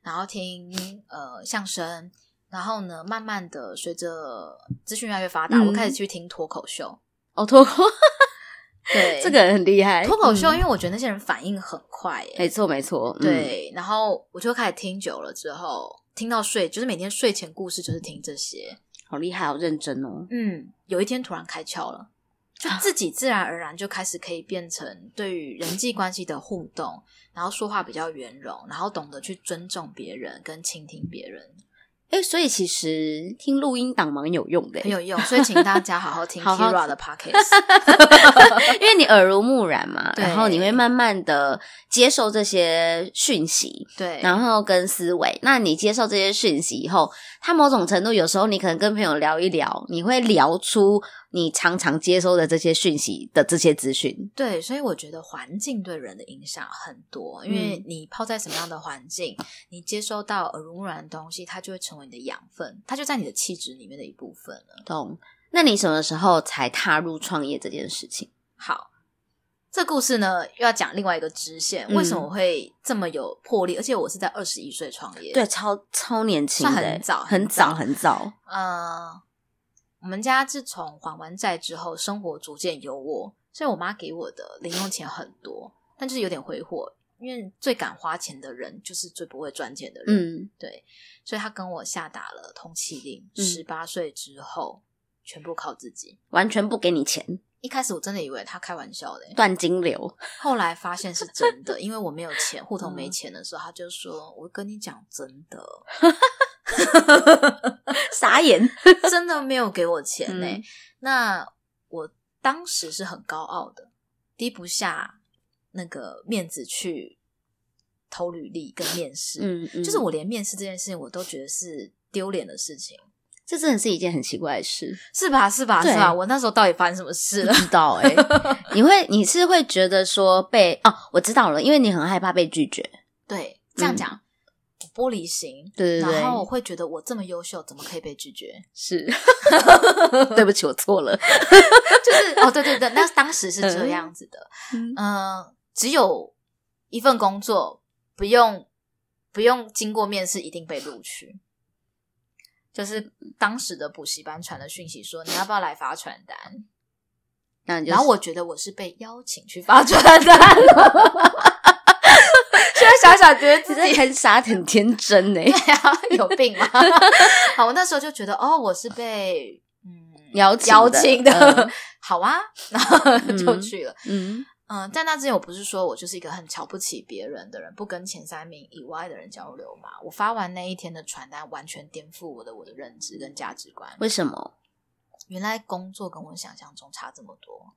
Speaker 2: 然后听呃相声，然后呢，慢慢的随着资讯越来越发达，
Speaker 1: 嗯
Speaker 2: 我开始去听脱口秀。
Speaker 1: 哦，脱口
Speaker 2: 对，
Speaker 1: 这个很厉害，
Speaker 2: 脱口秀，
Speaker 1: 嗯
Speaker 2: 因为我觉得那些人反应很快耶，
Speaker 1: 没错没错，嗯，
Speaker 2: 对，然后我就开始听久了之后，听到睡，就是每天睡前故事就是听这些。
Speaker 1: 好厉害，好认真哦。
Speaker 2: 嗯，有一天突然开窍了，就自己自然而然就开始可以变成对于人际关系的互动，然后说话比较圆融，然后懂得去尊重别人跟倾听别人，
Speaker 1: 哎，所以其实听录音档蛮有用的，
Speaker 2: 很有用。所以请大家好好听
Speaker 1: 好好
Speaker 2: Kira 的 podcast。
Speaker 1: 因为你耳濡目染嘛，
Speaker 2: 对
Speaker 1: 然后你会慢慢的接受这些讯息，
Speaker 2: 对，
Speaker 1: 然后跟思维。那你接受这些讯息以后，它某种程度有时候你可能跟朋友聊一聊，你会聊出你常常接收的这些讯息的这些资讯。
Speaker 2: 对，所以我觉得环境对人的影响很多，因
Speaker 1: 嗯
Speaker 2: 为你泡在什么样的环境，你接收到耳濡目染的东西，它就会成为你的养分，它就在你的气质里面的一部分了。
Speaker 1: 懂？那你什么时候才踏入创业这件事情？
Speaker 2: 好，这故事呢又要讲另外一个支线，
Speaker 1: 嗯
Speaker 2: 为什么我会这么有魄力？而且我是在二十一岁创业，
Speaker 1: 对，，超超年轻的，
Speaker 2: 算很早
Speaker 1: 很
Speaker 2: 很早
Speaker 1: 早，很早。
Speaker 2: 呃，我们家自从还完债之后，生活逐渐优渥，所以我妈给我的零用钱很多，但就是有点挥霍。因为最敢花钱的人就是最不会赚钱的人，
Speaker 1: 嗯，
Speaker 2: 对，所以他跟我下达了通缉令，
Speaker 1: 嗯
Speaker 2: 十八岁之后全部靠自己。
Speaker 1: 完全不给你钱，
Speaker 2: 一开始我真的以为他开玩笑的、
Speaker 1: 断金流，
Speaker 2: 后来发现是真的，因为我没有钱，户头
Speaker 1: 嗯
Speaker 2: 没钱的时候，他就说：“我跟你讲真的，
Speaker 1: 傻眼，
Speaker 2: 真的没有给我钱呢、
Speaker 1: 嗯
Speaker 2: 那我当时是很高傲的，低不下那个面子去投履历跟面试，
Speaker 1: 嗯，嗯
Speaker 2: 就是我连面试这件事情我都觉得是丢脸的事情，
Speaker 1: 这真的是一件很奇怪的事，
Speaker 2: 是吧？是吧？
Speaker 1: 对
Speaker 2: 是吧？我那时候到底发生什么事
Speaker 1: 不
Speaker 2: 了？
Speaker 1: 知道 哎、你会你是会觉得说被哦，我知道了，因为你很害怕被拒绝，
Speaker 2: 对，这样讲。我玻璃心，
Speaker 1: 对对对
Speaker 2: 然后我会觉得我这么优秀，怎么可以被拒绝？
Speaker 1: 是，对不起，我错了，
Speaker 2: 就是哦，对对对，那当时是这样子的，
Speaker 1: 嗯
Speaker 2: 嗯，只有一份工作，不用不用经过面试，一定被录取。就是当时的补习班传的讯息说，你要不要来发传单？
Speaker 1: 然后你就
Speaker 2: 然后我觉得我是被邀请去发传单了。 现在想想，觉得自
Speaker 1: 真
Speaker 2: 己
Speaker 1: 的很傻很天真 哎、
Speaker 2: 对啊， 有病吗？好，我那时候就觉得，哦，我是被嗯
Speaker 1: 邀请的
Speaker 2: 邀请的，
Speaker 1: 嗯
Speaker 2: 好啊，然后就
Speaker 1: 嗯
Speaker 2: 去了。
Speaker 1: 嗯
Speaker 2: 嗯，在那之前我不是说我就是一个很瞧不起别人的人，不跟前三名以外的人交流嘛。我发完那一天的传单，完全颠覆我的我的认知跟价值观。
Speaker 1: 为什么？
Speaker 2: 原来工作跟我想象中差这么多，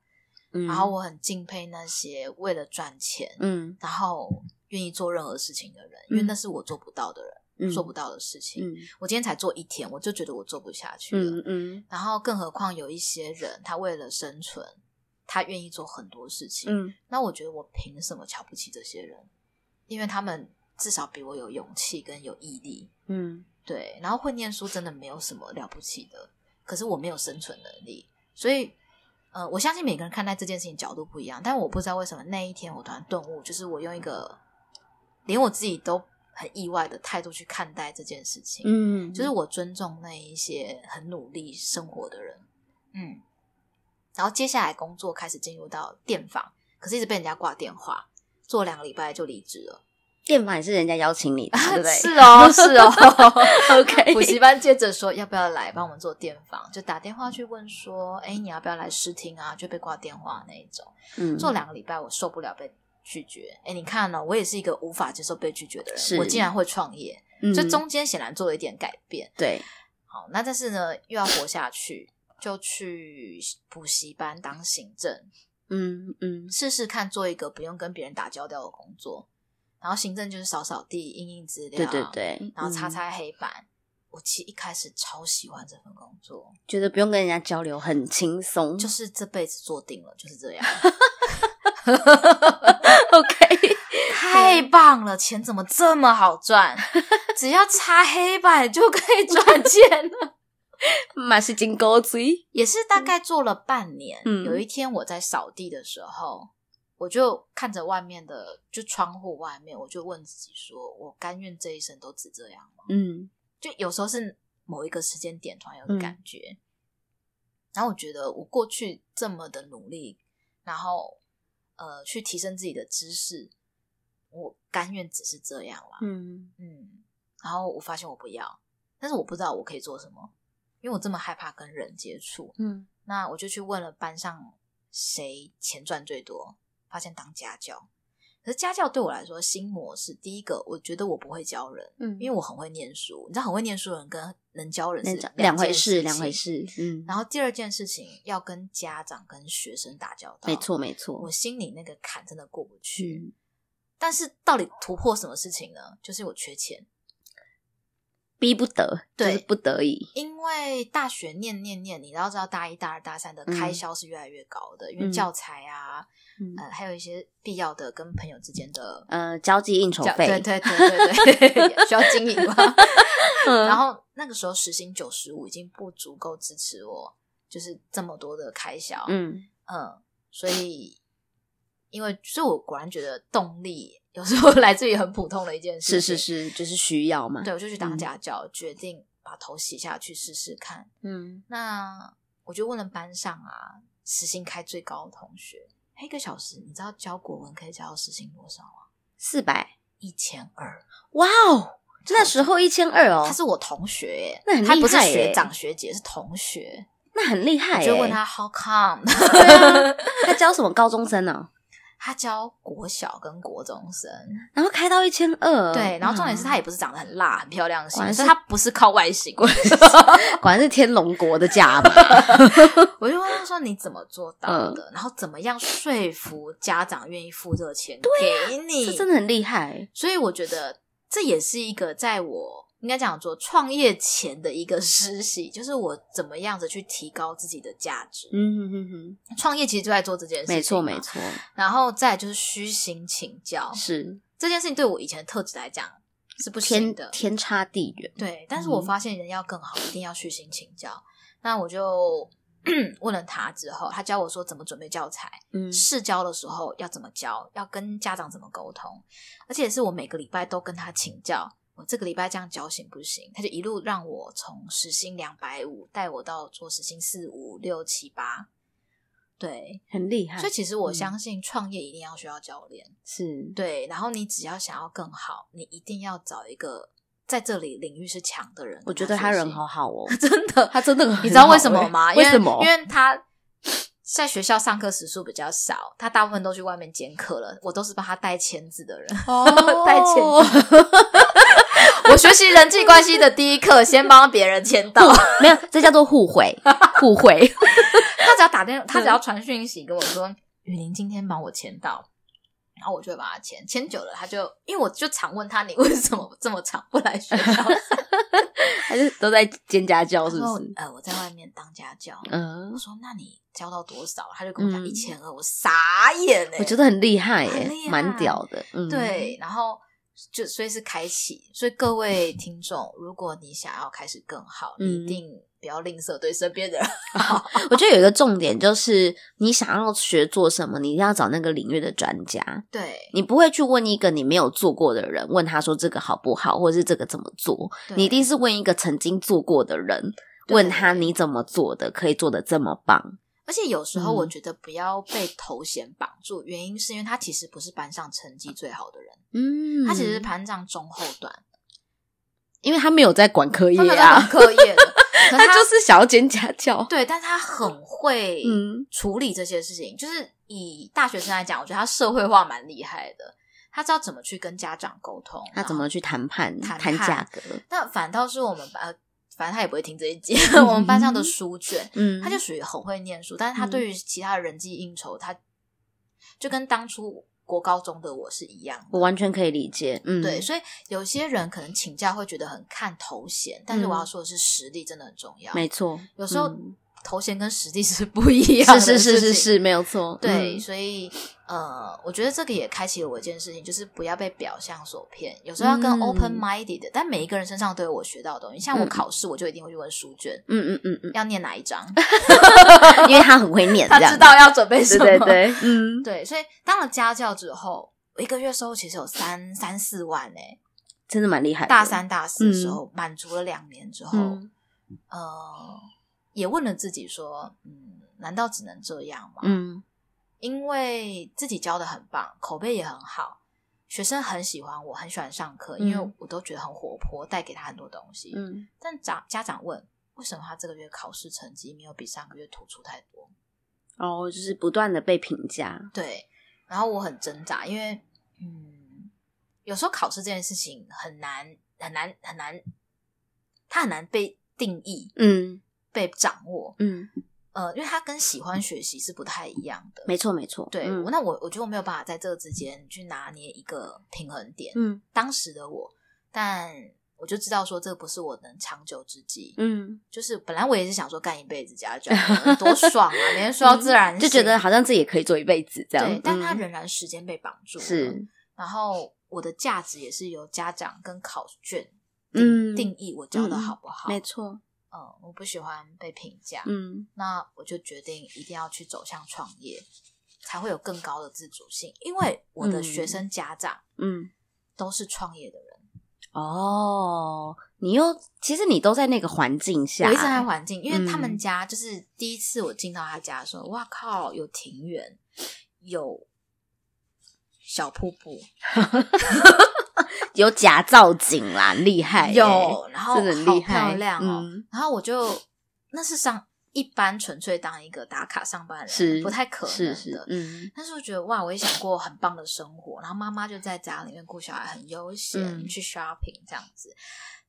Speaker 1: 嗯
Speaker 2: 然后我很敬佩那些为了赚钱，
Speaker 1: 嗯
Speaker 2: 然后愿意做任何事情的人，因为
Speaker 1: 嗯
Speaker 2: 那是我做不到的人，
Speaker 1: 嗯
Speaker 2: 做不到的事情。
Speaker 1: 嗯
Speaker 2: 我今天才做一天，我就觉得我做不下去了。
Speaker 1: 嗯嗯
Speaker 2: 然后，更何况有一些人，他为了生存，他愿意做很多事情。
Speaker 1: 嗯
Speaker 2: 那我觉得我凭什么瞧不起这些人？因为他们至少比我有勇气跟有毅力，
Speaker 1: 嗯
Speaker 2: 对。然后会念书真的没有什么了不起的，可是我没有生存能力，所以，呃，我相信每个人看待这件事情角度不一样，但我不知道为什么那一天我突然顿悟，就是我用一个连我自己都很意外的态度去看待这件事情，
Speaker 1: 嗯，
Speaker 2: 就是我尊重那一些很努力生活的人，嗯。然后接下来工作开始进入到电访，可是一直被人家挂电话，做两个礼拜就离职了。
Speaker 1: 电访也是人家邀请你的，对不 对？
Speaker 2: 是哦，是 哦。
Speaker 1: OK，
Speaker 2: 补习班接着说要不要来帮我们做电访，就打电话去问说，哎，你要不要来试听啊？就被挂电话那一种。
Speaker 1: 嗯
Speaker 2: 做两个礼拜，我受不了被拒绝。哎，你看哦，我也是一个无法接受被拒绝的
Speaker 1: 是
Speaker 2: 人，我竟然会创业，
Speaker 1: 嗯
Speaker 2: 所以中间显然做了一点改变。
Speaker 1: 对，
Speaker 2: 好，那但是呢，又要活下去，就去补习班当行政，
Speaker 1: 嗯嗯
Speaker 2: 试试看做一个不用跟别人打交道的工作。然后行政就是扫扫地、印印资料，
Speaker 1: 对对，对，
Speaker 2: 然后
Speaker 1: 嗯
Speaker 2: 擦，擦黑板。我其实一开始超喜欢这份工作，
Speaker 1: 觉得不用跟人家交流，很轻松，
Speaker 2: 就是这辈子做定了，就 是这样，
Speaker 1: OK，
Speaker 2: 太棒了！钱怎么这么好赚？ 只要擦黑板就可以赚 钱了。
Speaker 1: 嘛是金钩嘴，
Speaker 2: 也是大概做了半年。
Speaker 1: 嗯
Speaker 2: 有一天我在扫地的时候，我就看着外面的，就窗户外面，我就问自己说：我甘愿这一生都只这样吗？
Speaker 1: 嗯
Speaker 2: 就有时候是某一个时间点突然有个感觉，然后我觉得我过去这么的努力，然后呃去提升自己的知识，我甘愿只是这样啦。
Speaker 1: 嗯
Speaker 2: 嗯，然后我发现我不要，但是我不知道我可以做什么，因为我这么害怕跟人接触。
Speaker 1: 嗯，
Speaker 2: 那我就去问了班上谁钱赚最多，发现当家教。可是家教对我来说新模式，第一个我觉得我不会教人，
Speaker 1: 嗯
Speaker 2: 因为我很会念书，你知道很会念书的人跟能教人
Speaker 1: 那
Speaker 2: 是
Speaker 1: 种两
Speaker 2: 件
Speaker 1: 回事，
Speaker 2: 情
Speaker 1: 两回。事，嗯，
Speaker 2: 然后第二件事情要跟家长跟学生打交道，
Speaker 1: 没，错没错
Speaker 2: 我，心里那个坎真的过不去。
Speaker 1: 嗯，
Speaker 2: 但是到底突破什么事情呢？就是我缺钱，
Speaker 1: 逼不得，就是
Speaker 2: 对
Speaker 1: 不得已，
Speaker 2: 因为大学念念念，你要知道大一、大二、大三的
Speaker 1: 嗯
Speaker 2: 开销是越来越高的，因
Speaker 1: 嗯
Speaker 2: 为教材啊，
Speaker 1: 嗯
Speaker 2: 呃，还有一些必要的跟朋友之间的
Speaker 1: 呃，交际应酬
Speaker 2: 交对
Speaker 1: 费，
Speaker 2: 对对对 对，也需要经营嘛。
Speaker 1: 嗯
Speaker 2: 然后那个时候时薪九十五已经不足够支持我，就是这么多的开销，
Speaker 1: 嗯，
Speaker 2: 嗯所以因为所以我果然觉得动力有时候 来自于很普通的一件事
Speaker 1: 是是
Speaker 2: 情，是，
Speaker 1: 是，就是需要嘛，
Speaker 2: 对，我就去
Speaker 1: 嗯
Speaker 2: 当家教，决定把头洗下去试试看。
Speaker 1: 嗯
Speaker 2: 那我就问了班上啊，时薪开最高的同学，他一个小时，你知道教国文可以教到时薪多少吗？
Speaker 1: 四百，
Speaker 2: 一千二，
Speaker 1: 哇哦，那时候一千二哦
Speaker 2: 他，是我同学耶，
Speaker 1: 那很厉害
Speaker 2: 他不是
Speaker 1: 耶
Speaker 2: 学长学姐，是同学。
Speaker 1: 那很厉害、
Speaker 2: 我
Speaker 1: 欸。
Speaker 2: 就问他 How come？
Speaker 1: 对啊，他教什么高中生哦呢、
Speaker 2: 他教国小跟国中生，
Speaker 1: 然后开到一千二，哦
Speaker 2: 对，然后重点是
Speaker 1: 哇
Speaker 2: 他也不是长得很辣、很漂亮
Speaker 1: 果
Speaker 2: 型，
Speaker 1: 然
Speaker 2: 所以
Speaker 1: 是
Speaker 2: 他不是靠外 形。
Speaker 1: 果然是天龙国的家嘛。
Speaker 2: 我就问他说：“你怎么做到
Speaker 1: 嗯
Speaker 2: 的？然后怎么样说服家长愿意付这个钱给你？”
Speaker 1: 这真的很厉害。
Speaker 2: 所以我觉得这也是一个在我应该讲说创业前的一个实习，就是我怎么样子去提高自己的价值。
Speaker 1: 嗯哼哼哼，
Speaker 2: 创业其实就在做这件事情，啊
Speaker 1: 没错没。错，
Speaker 2: 然后再来就是虚心请教
Speaker 1: 是
Speaker 2: 这件事情，对我以前的特质来讲是不行
Speaker 1: 天
Speaker 2: 的。
Speaker 1: 天差地远。
Speaker 2: 对，但是我
Speaker 1: 嗯
Speaker 2: 发现人要更好，一定要虚心请教。那我就 问了他之后，他教我说怎么准备教材，
Speaker 1: 嗯
Speaker 2: 试教的时候要怎么教，要跟家长怎么沟通，而且是我每个礼拜都跟他请教，我这个礼拜这样教行不行？他就一路让我从时薪两百五带我到做时薪四五六七八，对，
Speaker 1: 很厉害
Speaker 2: 所以，其实我
Speaker 1: 嗯
Speaker 2: 相信创业一定要需要教练，
Speaker 1: 是
Speaker 2: 对，然后你只要想要更好，你一定要找一个在这里领域是强的人。
Speaker 1: 我觉得他人好，好哦，
Speaker 2: 真的，
Speaker 1: 他真的 很好欸，
Speaker 2: 你知道为什么吗？
Speaker 1: 为
Speaker 2: 因
Speaker 1: 什么
Speaker 2: 因？为他在学校上课时数比较少，他大部分都去外面兼课了。我都是帮他带签字的人。
Speaker 1: 哦
Speaker 2: 带钱我学习人际关系的第一课，先帮别人签到。
Speaker 1: 没有，这叫做互 惠，互惠。
Speaker 2: 他只要打电，他只要传讯息跟我说：“雨林今天帮我签到。”然后我就会把他签，签久了他就，因为我就常问他，你为什么这么常不来学校？
Speaker 1: 还是都在兼家教，
Speaker 2: 他
Speaker 1: 是
Speaker 2: 说
Speaker 1: 不是：“？
Speaker 2: 呃，我在外面当家教。”
Speaker 1: 哦嗯
Speaker 2: 我，说：“那你交到多少？”他就跟我讲
Speaker 1: 嗯
Speaker 2: 一千二，我傻眼哎、
Speaker 1: 我觉得很厉害耶
Speaker 2: 很厉，害
Speaker 1: 蛮屌的。嗯，
Speaker 2: 对，然后就所以是开启，所以各位听众，如果你想要开始更好，你
Speaker 1: 嗯
Speaker 2: 一定不要吝啬对身边的人。
Speaker 1: 我觉得有一个重点就是，你想要学做什么，你一定要找那个领域的专家。
Speaker 2: 对，
Speaker 1: 你不会去问一个你没有做过的人，问他说这个好不好，或者是这个怎么做。
Speaker 2: 对
Speaker 1: 你一定是问一个曾经做过的人，问他
Speaker 2: 对
Speaker 1: 你怎么做的，可以做的这么棒。
Speaker 2: 而且有时候我
Speaker 1: 嗯
Speaker 2: 觉得不要被头衔绑住，原因是因为他其实不是班上成绩最好的人，
Speaker 1: 嗯
Speaker 2: 他其实是班上中后段，
Speaker 1: 因为他没有在管科业
Speaker 2: 他没有在管
Speaker 1: 啊，
Speaker 2: 课 业的，可
Speaker 1: 他
Speaker 2: 是
Speaker 1: 就是想要兼家教。
Speaker 2: 对，但他很会
Speaker 1: 嗯
Speaker 2: 处理这些事情。就是以大学生来讲，我觉得他社会化蛮厉害的，他知道怎么去跟家长沟通，
Speaker 1: 他怎
Speaker 2: 然后
Speaker 1: 么去谈判、
Speaker 2: 谈
Speaker 1: 谈
Speaker 2: 判
Speaker 1: 价格？
Speaker 2: 那反倒是我们班，呃反正他也不会听这一节。
Speaker 1: 嗯
Speaker 2: 我们班上的书卷，
Speaker 1: 嗯，
Speaker 2: 他就属于很会念书，但是他对于其他人际应酬，他就跟当初国高中的我是一样的。
Speaker 1: 我完全可以理解。嗯，
Speaker 2: 对，所以有些人可能请假会觉得很看头衔，但是
Speaker 1: 嗯
Speaker 2: 我要说的是实力真的很重要。
Speaker 1: 没错，
Speaker 2: 有时候
Speaker 1: 嗯
Speaker 2: 头衔跟实力是不一样的
Speaker 1: 是是是是
Speaker 2: 事情
Speaker 1: 是，没有错。
Speaker 2: 对，
Speaker 1: 嗯
Speaker 2: 所以呃，我觉得这个也开启了我一件事情，就是不要被表象所骗，有时候要
Speaker 1: 嗯
Speaker 2: 更 open minded 的。但每一个人身上都有我学到的东西，像我
Speaker 1: 嗯
Speaker 2: 考试，我就一定会去问书卷、
Speaker 1: 嗯嗯嗯嗯，
Speaker 2: 要念哪一章，
Speaker 1: 因为他很会念，
Speaker 2: 他
Speaker 1: 这样
Speaker 2: 知道要准备什
Speaker 1: 对
Speaker 2: 么。
Speaker 1: 对对，嗯，
Speaker 2: 对所以当了家教之后，我一个月收入其实有三三四万诶、
Speaker 1: 真的蛮厉害的。
Speaker 2: 大三大四的时
Speaker 1: 嗯
Speaker 2: 候，满足了两年之后，
Speaker 1: 嗯
Speaker 2: 呃，也问了自己说，嗯，难道只能这样吗？
Speaker 1: 嗯
Speaker 2: 因为自己教的很棒，口碑也很好，学生很喜欢我，很喜欢上课，
Speaker 1: 嗯
Speaker 2: 因为我都觉得很活泼，带给他很多东西。
Speaker 1: 嗯，
Speaker 2: 但长家长问，为什么他这个月考试成绩没有比上个月突出太多？
Speaker 1: 哦，就是不断的被评价，
Speaker 2: 对，然后我很挣扎，因为嗯，有时候考试这件事情很难，很难，很难，它很难被定义、
Speaker 1: 嗯
Speaker 2: 被掌握。
Speaker 1: 嗯，
Speaker 2: 呃，因为它跟喜欢学习是不太一样的。
Speaker 1: 没错没错，
Speaker 2: 对，
Speaker 1: 嗯
Speaker 2: 我那我我觉得我没有办法在这之间去拿捏一个平衡点。
Speaker 1: 嗯
Speaker 2: 当时的我，但我就知道说这不是我能长久之计。
Speaker 1: 嗯，
Speaker 2: 就是本来我也是想说干一辈子家教， 多爽啊！每天说到自然
Speaker 1: 嗯就
Speaker 2: 醒，
Speaker 1: 觉得好像自己也可以做一辈子这样，
Speaker 2: 对，但他
Speaker 1: 嗯
Speaker 2: 仍然时间被绑住了
Speaker 1: 是
Speaker 2: 然后我的价值也是由家长跟考卷
Speaker 1: 嗯
Speaker 2: 定、定义我教的
Speaker 1: 嗯
Speaker 2: 好不好。
Speaker 1: 没错，
Speaker 2: 嗯，我不喜欢被评价，
Speaker 1: 嗯
Speaker 2: 那我就决定一定要去走向创业，才会有更高的自主性。因为我的学生家长
Speaker 1: 嗯，
Speaker 2: 都是创业的人，
Speaker 1: 哦，你又其实你都在那个环境下，
Speaker 2: 我一直在环境，因为他
Speaker 1: 嗯
Speaker 2: 们家就是第一次我进到他家的时候，哇靠，有庭院，有小瀑布，
Speaker 1: 有假造景啦，厉害耶、欸
Speaker 2: 有，然后
Speaker 1: 真哎的很
Speaker 2: 好
Speaker 1: 厉
Speaker 2: 漂
Speaker 1: 害，
Speaker 2: 亮哦。
Speaker 1: 嗯，
Speaker 2: 然后我就那是上一般纯粹当一个打卡上班人，
Speaker 1: 是
Speaker 2: 不太可能
Speaker 1: 是
Speaker 2: 的。
Speaker 1: 是，嗯
Speaker 2: 但是我觉得哇，我也想过很棒的生活，然后妈妈就在家里面顾小孩，很悠闲，
Speaker 1: 嗯
Speaker 2: 去 shopping 这样子。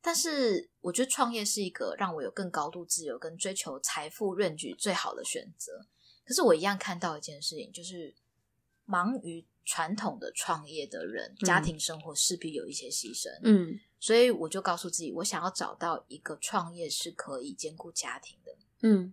Speaker 2: 但是我觉得创业是一个让我有更高度自由跟追求财富润举最好的选择。可是我一样看到一件事情，就是忙于传统的创业的人，家
Speaker 1: 嗯
Speaker 2: 庭生活势必有一些牺牲。
Speaker 1: 嗯，
Speaker 2: 所以我就告诉自己，我想要找到一个创业是可以兼顾家庭的。
Speaker 1: 嗯，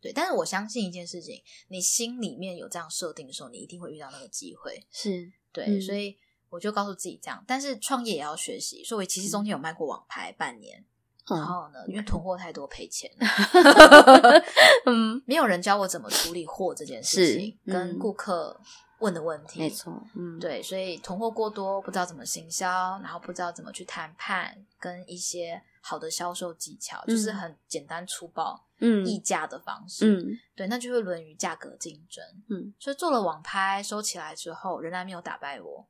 Speaker 2: 对，但是我相信一件事情，你心里面有这样设定的时候，你一定会遇到那个机会。
Speaker 1: 是，
Speaker 2: 对，
Speaker 1: 嗯
Speaker 2: 所以我就告诉自己这样。但是创业也要学习，所以我其实中间有卖过网拍半年，然
Speaker 1: 哦，
Speaker 2: 后呢，因为囤货太多赔钱，
Speaker 1: 嗯，
Speaker 2: 没有人教我怎么处理货这件事情，
Speaker 1: 是嗯
Speaker 2: 跟顾客问的问题，
Speaker 1: 没错，嗯，，
Speaker 2: 对，所以囤货过多，不知道怎么行销，然后不知道怎么去谈判，跟一些好的销售技巧，就是
Speaker 1: 嗯
Speaker 2: 很简单粗暴
Speaker 1: 嗯
Speaker 2: 议价的方式。
Speaker 1: 嗯
Speaker 2: 对，那就会沦于价格竞争。
Speaker 1: 嗯，
Speaker 2: 所以做了网拍收起来之后，仍然没有打败我。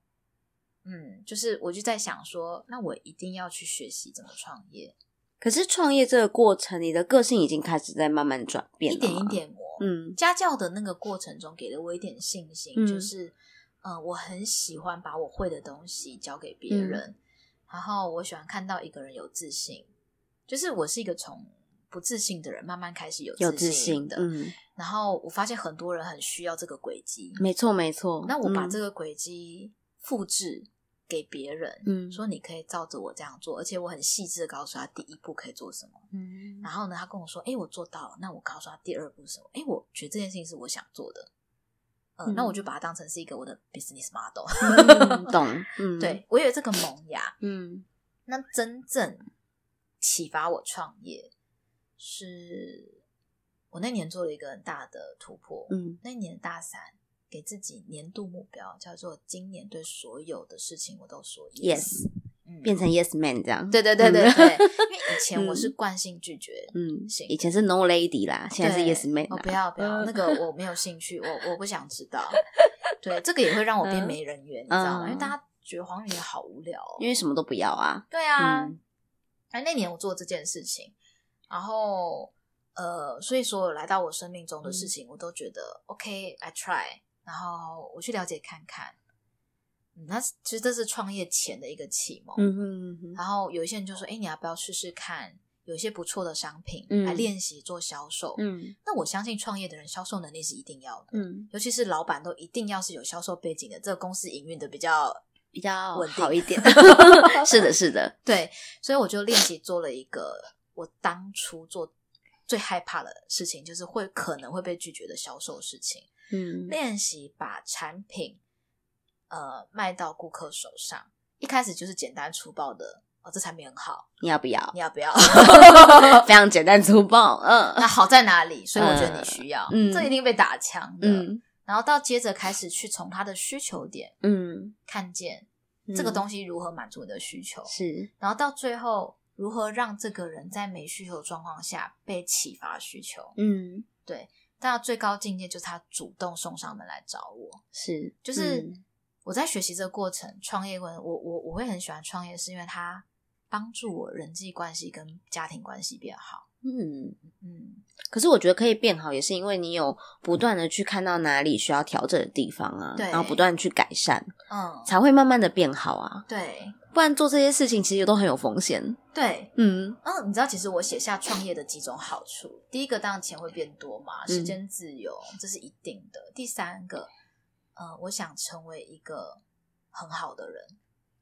Speaker 2: 嗯，就是我就在想说，那我一定要去学习怎么创业，
Speaker 1: 可是创业这个过程，你的个性已经开始在慢慢转变
Speaker 2: 一
Speaker 1: 了，
Speaker 2: 点一，点磨。
Speaker 1: 嗯
Speaker 2: 家教的那个过程中，给了我一点信心，
Speaker 1: 嗯
Speaker 2: 就是，呃，我很喜欢把我会的东西教给别
Speaker 1: 嗯
Speaker 2: 人，然后我喜欢看到一个人有自信，就是我是一个从不自信的人慢慢开始有
Speaker 1: 有
Speaker 2: 自
Speaker 1: 自信
Speaker 2: 的，
Speaker 1: 嗯，
Speaker 2: 然后我发现很多人很需要这个轨迹，
Speaker 1: 没错没错。
Speaker 2: 那我把
Speaker 1: 嗯
Speaker 2: 这个轨迹复制给别人，
Speaker 1: 嗯
Speaker 2: 说你可以照着我这样做，而且我很细致的告诉他第一步可以做什么。
Speaker 1: 嗯
Speaker 2: 然后呢，他跟我说：“哎、我做到了。”那我告诉他第二步是什么？哎、我觉得这件事情是我想做的。嗯，
Speaker 1: 嗯
Speaker 2: 那我就把它当成是一个我的 business model。
Speaker 1: 嗯 懂，嗯，，
Speaker 2: 对我有这个萌芽。
Speaker 1: 嗯
Speaker 2: 那真正启发我创业，是我那年做了一个很大的突破。
Speaker 1: 嗯
Speaker 2: 那年大三，给自己年度目标叫做今年对所有的事情我都说 yes，,
Speaker 1: ，yes，
Speaker 2: 嗯
Speaker 1: 变成 yes man 这样，
Speaker 2: 对对对对
Speaker 1: 嗯
Speaker 2: 对，因为以前我是惯性拒绝，
Speaker 1: 嗯
Speaker 2: 行，
Speaker 1: 以前是 no lady 啦，现在是
Speaker 2: 对
Speaker 1: yes man，
Speaker 2: 哦，
Speaker 1: 啦
Speaker 2: 不要不要，
Speaker 1: 嗯
Speaker 2: 那个我没有兴趣，我我不想知道。对，这个也会让我变没人缘，你知道吗？
Speaker 1: 嗯
Speaker 2: 因为大家觉得黄语言好无聊哦、
Speaker 1: 因为什么都不要啊，
Speaker 2: 对啊
Speaker 1: 嗯，
Speaker 2: 哎、那年我做这件事情，然后呃，所以所有来到我生命中的
Speaker 1: 嗯
Speaker 2: 事情，我都觉得 OK，I、try，然后我去了解看看。嗯，那是其实这是创业前的一个启蒙。
Speaker 1: 嗯嗯嗯
Speaker 2: 然后有一些人就说：“哎、你要不要试试看？有一些不错的商品，
Speaker 1: 嗯
Speaker 2: 来练习做销售。”
Speaker 1: 嗯
Speaker 2: 那我相信创业的人销售能力是一定要的，
Speaker 1: 嗯，
Speaker 2: 尤其是老板都一定要是有销售背景的，这个公司营运的比较
Speaker 1: 比较
Speaker 2: 稳定
Speaker 1: 好一点， 是的，是的，
Speaker 2: 对，所以我就练习做了一个我当初做最害怕的事情，就是会可能会被拒绝的销售事情，
Speaker 1: 嗯
Speaker 2: 练习把产品呃卖到顾客手上，一开始就是简单粗暴的。哦，这产品很好，
Speaker 1: 你要不 要？
Speaker 2: 你要不要？
Speaker 1: 非常简单粗暴，嗯
Speaker 2: 那好在哪里？所以我觉得你需要，
Speaker 1: 嗯
Speaker 2: 这一定被打枪的。
Speaker 1: 嗯
Speaker 2: 然后到接着开始去从他的需求点
Speaker 1: 嗯，
Speaker 2: 看见
Speaker 1: 嗯
Speaker 2: 这个东西如何满足你的需求，
Speaker 1: 是
Speaker 2: 然后到最后如何让这个人在没需求的状况下被启发需求。
Speaker 1: 嗯
Speaker 2: 到最高境界就是他主动送上门来找我。
Speaker 1: 是，
Speaker 2: 就是
Speaker 1: 嗯
Speaker 2: 我在学习这个过程，创业过程，我我我会很喜欢创业，是因为它帮助我人际关系跟家庭关系变好。
Speaker 1: 嗯。
Speaker 2: 嗯，
Speaker 1: 可是我觉得可以变好，也是因为你有不断的去看到哪里需要调整的地方啊，
Speaker 2: 对
Speaker 1: 然后不断地去改善，
Speaker 2: 嗯，
Speaker 1: 才会慢慢的变好啊。
Speaker 2: 对
Speaker 1: 不然做这些事情其实都很有风险。
Speaker 2: 对，
Speaker 1: 嗯
Speaker 2: 嗯，你知道，其实我写下创业的几种好处，第一个当然钱会变多嘛，
Speaker 1: 嗯
Speaker 2: 时间自由、这是一定的。第三个，呃，我想成为一个很好的人，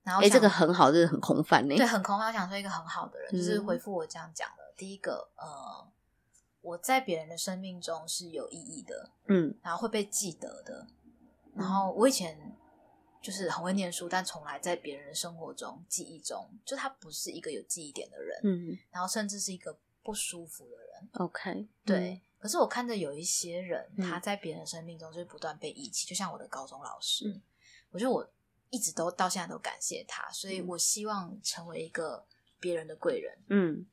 Speaker 2: 然后
Speaker 1: 哎、
Speaker 2: 想
Speaker 1: 这个很好，这个很空泛呢、
Speaker 2: 对很空泛，我想做一个很好的人，就是
Speaker 1: 嗯
Speaker 2: 回复我这样讲的。第一个，呃，我在别人的生命中是有意义的，
Speaker 1: 嗯
Speaker 2: 然后会被记得的。然后我以前就是很会念书，但从来在别人的生活中、记忆中，就他不是一个有记忆点的人。
Speaker 1: 嗯
Speaker 2: 然后甚至是一个不舒服的人。
Speaker 1: ，OK，
Speaker 2: 对，可是我看着有一些人，
Speaker 1: 嗯
Speaker 2: 他在别人的生命中就是不断被遗弃，就像我的高中老师，
Speaker 1: 嗯
Speaker 2: 我觉得我一直都到现在都感谢他，所以我希望成为一个别人的贵人。
Speaker 1: 嗯，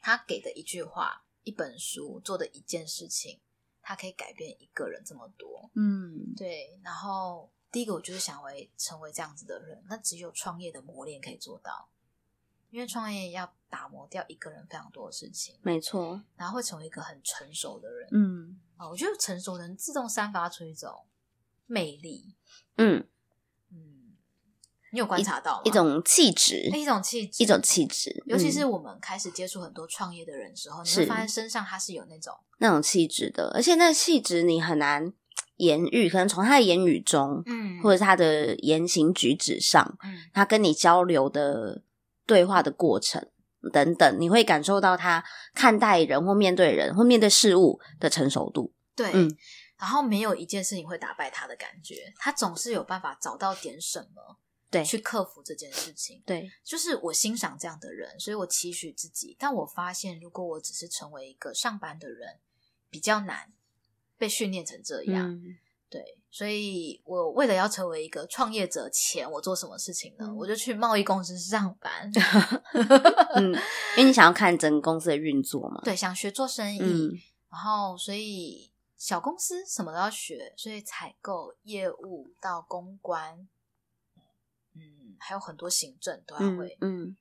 Speaker 2: 他给的一句话、一本书、做的一件事情，他可以改变一个人这么多。
Speaker 1: 嗯嗯
Speaker 2: 对，然后第一个，我就是想为成为这样子的人，那只有创业的磨练可以做到，因为创业要打磨掉一个人非常多的事情，
Speaker 1: 没错，
Speaker 2: 然后会成为一个很成熟的人。
Speaker 1: 嗯
Speaker 2: 啊、我觉得成熟人自动散发出一种魅力，
Speaker 1: 嗯，
Speaker 2: 嗯，你有观察到吗？哎
Speaker 1: 一种气质，
Speaker 2: 一种气质，
Speaker 1: 一种气质，
Speaker 2: 尤其
Speaker 1: 嗯
Speaker 2: 是我们开始接触很多创业的人之后，你
Speaker 1: 是
Speaker 2: 会发现身上他是有那种
Speaker 1: 那种气质的，而且那个气质你很难言语，可能从他的言语中，
Speaker 2: 嗯
Speaker 1: 或者是他的言行举止上，
Speaker 2: 嗯
Speaker 1: 他跟你交流的对话的过程等等，你会感受到他看待人或面对人或面对事物的成熟度。
Speaker 2: 对，
Speaker 1: 嗯
Speaker 2: 然后没有一件事情会打败他的感觉，他总是有办法找到点什么
Speaker 1: 对
Speaker 2: 去克服这件事情。
Speaker 1: 对，
Speaker 2: 就是我欣赏这样的人，所以我期许自己。但我发现，如果我只是成为一个上班的人，比较难被训练成这样。
Speaker 1: 嗯
Speaker 2: 对，所以我为了要成为一个创业者前，我做什么事情呢？
Speaker 1: 嗯
Speaker 2: 我就去贸易公司上 班，
Speaker 1: 嗯，因为你想要看整个公司的运作嘛。
Speaker 2: 对，想学做生意，
Speaker 1: 嗯
Speaker 2: 然后所以小公司什么都要学，所以采购、业务到公关，嗯，还有很多行政都要
Speaker 1: 嗯
Speaker 2: 会，
Speaker 1: 嗯，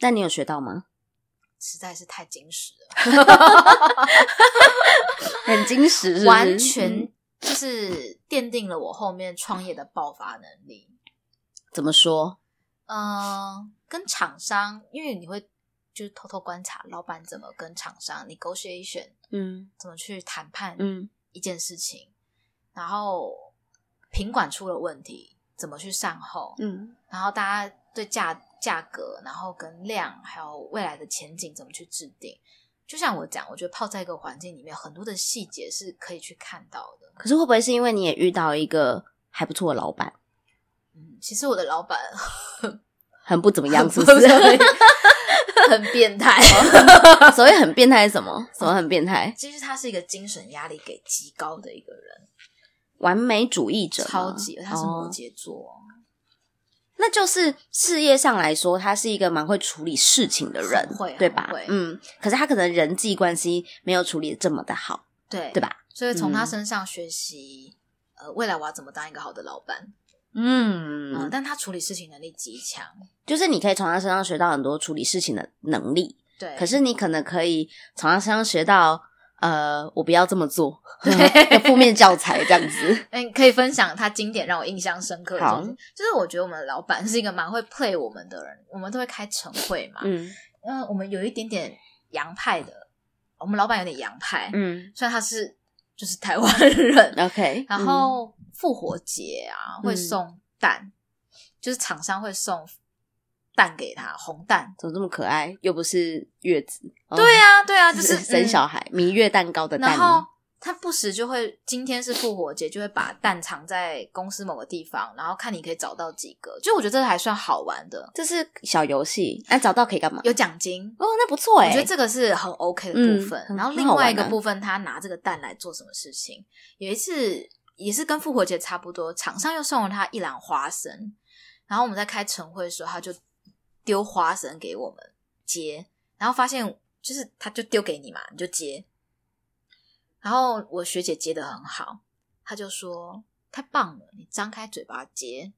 Speaker 1: 那你有学到吗？
Speaker 2: 实在是太精实了，
Speaker 1: 很精实是不是
Speaker 2: 完全
Speaker 1: 嗯
Speaker 2: 就是奠定了我后面创业的爆发能力。
Speaker 1: 怎么说？
Speaker 2: 嗯、跟厂商，因为你会就是偷偷观察老板怎么跟厂商 negotiation，
Speaker 1: 嗯
Speaker 2: 怎么去谈判，
Speaker 1: 嗯
Speaker 2: 一件事情，然后品管出了问题，怎么去善后，
Speaker 1: 嗯
Speaker 2: 然后大家对价价格，然后跟量，还有未来的前景怎么去制定。就像我讲，我觉得泡在一个环境里面，很多的细节是可以去看到的。
Speaker 1: 可是会不会是因为你也遇到一个还不错的老板，
Speaker 2: 嗯，其实我的老板
Speaker 1: 很不怎么 样，是不
Speaker 2: 不
Speaker 1: 是？哦
Speaker 2: 很变态，
Speaker 1: 所谓很变态是什么？什么很变态？
Speaker 2: 其实他是一个精神压力给极高的一个人，
Speaker 1: 完美主义者吗，
Speaker 2: 超级，他是摩
Speaker 1: 哦
Speaker 2: 羯座，
Speaker 1: 那就是事业上来说，他是一个蛮会处理事情的人
Speaker 2: 很会，
Speaker 1: 对吧
Speaker 2: 很会？
Speaker 1: 嗯，可是他可能人际关系没有处理的这么的好，
Speaker 2: 对
Speaker 1: 对？吧？
Speaker 2: 所以从他
Speaker 1: 嗯
Speaker 2: 身上学习，呃，未来我要怎么当一个好的老板。嗯，
Speaker 1: 嗯，
Speaker 2: 但他处理事情能力极强，
Speaker 1: 就是你可以从他身上学到很多处理事情的能力，
Speaker 2: 对。
Speaker 1: 可是你可能可以从他身上学到，呃，我不要这么 做，
Speaker 2: 对
Speaker 1: 负面教材这样子。
Speaker 2: 嗯，可以分享他经典让我印象深刻的
Speaker 1: 好
Speaker 2: 东西，就是我觉得我们老板是一个蛮会 play 我们的人，我们都会开晨会嘛，
Speaker 1: 嗯
Speaker 2: 嗯，我们有一点点洋派的，我们老板有点洋派，
Speaker 1: 嗯
Speaker 2: 虽然他是就是台湾人，
Speaker 1: ，OK。
Speaker 2: 然后复活节啊、会
Speaker 1: 嗯
Speaker 2: 送蛋，就是厂商会送蛋给他，红蛋，
Speaker 1: 怎么这么可爱？又不是月子，哦
Speaker 2: 对啊对啊，就是
Speaker 1: 生
Speaker 2: 嗯
Speaker 1: 小孩，蜜月蛋糕的蛋
Speaker 2: 然，后他不时就会，今天是复活节，就会把蛋藏在公司某个地方，然后看你可以找到几个。就我觉得这还算好玩的，
Speaker 1: 这是小游戏。那找到可以干嘛？
Speaker 2: 有奖金。
Speaker 1: 哦，那不错哎、
Speaker 2: 我觉得这个是很 OK 的部分。
Speaker 1: 嗯很
Speaker 2: 然后另外一个部分，他拿这个蛋来做什么事情？有一次也是跟复活节差不多，厂商又送了他一篮花生，然后我们在开晨会的时候，他就丢花生给我们接，然后发现就是他就丢给你嘛，你就接。然后我学姐接的很好，她就说太棒了，你张开嘴巴接。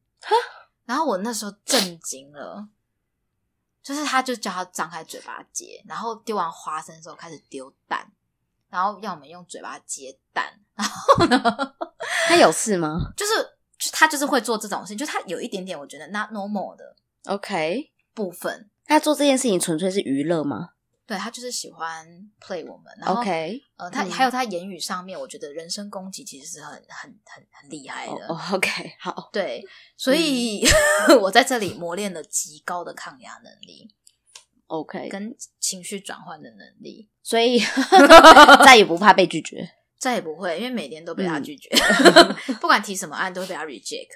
Speaker 2: 然后我那时候震惊了，就是她就叫她张开嘴巴接，然后丢完花生之后开始丢蛋，然后要我们用嘴巴接蛋，
Speaker 1: 他有事吗
Speaker 2: 就是就她就是会做这种事情，就她有一点点我觉得 not normal 的
Speaker 1: ？OK，
Speaker 2: 部分，
Speaker 1: 他做这件事情纯粹是娱乐吗
Speaker 2: 对她就是喜欢 play 我们，然后
Speaker 1: ？OK，
Speaker 2: 呃，她
Speaker 1: 嗯
Speaker 2: 还有她言语上面，我觉得人身攻击其实是很很很很厉害
Speaker 1: 哦、
Speaker 2: 的。
Speaker 1: 哦嗯 OK，好，
Speaker 2: 对，所以、 我在这里磨练了极高的抗压能力
Speaker 1: OK，
Speaker 2: 跟情绪转换的能力，
Speaker 1: 所 以再也不怕被拒绝。
Speaker 2: 再也不会，因为每天都被他
Speaker 1: 嗯
Speaker 2: 拒绝， 不管提什么案都会被他 reject。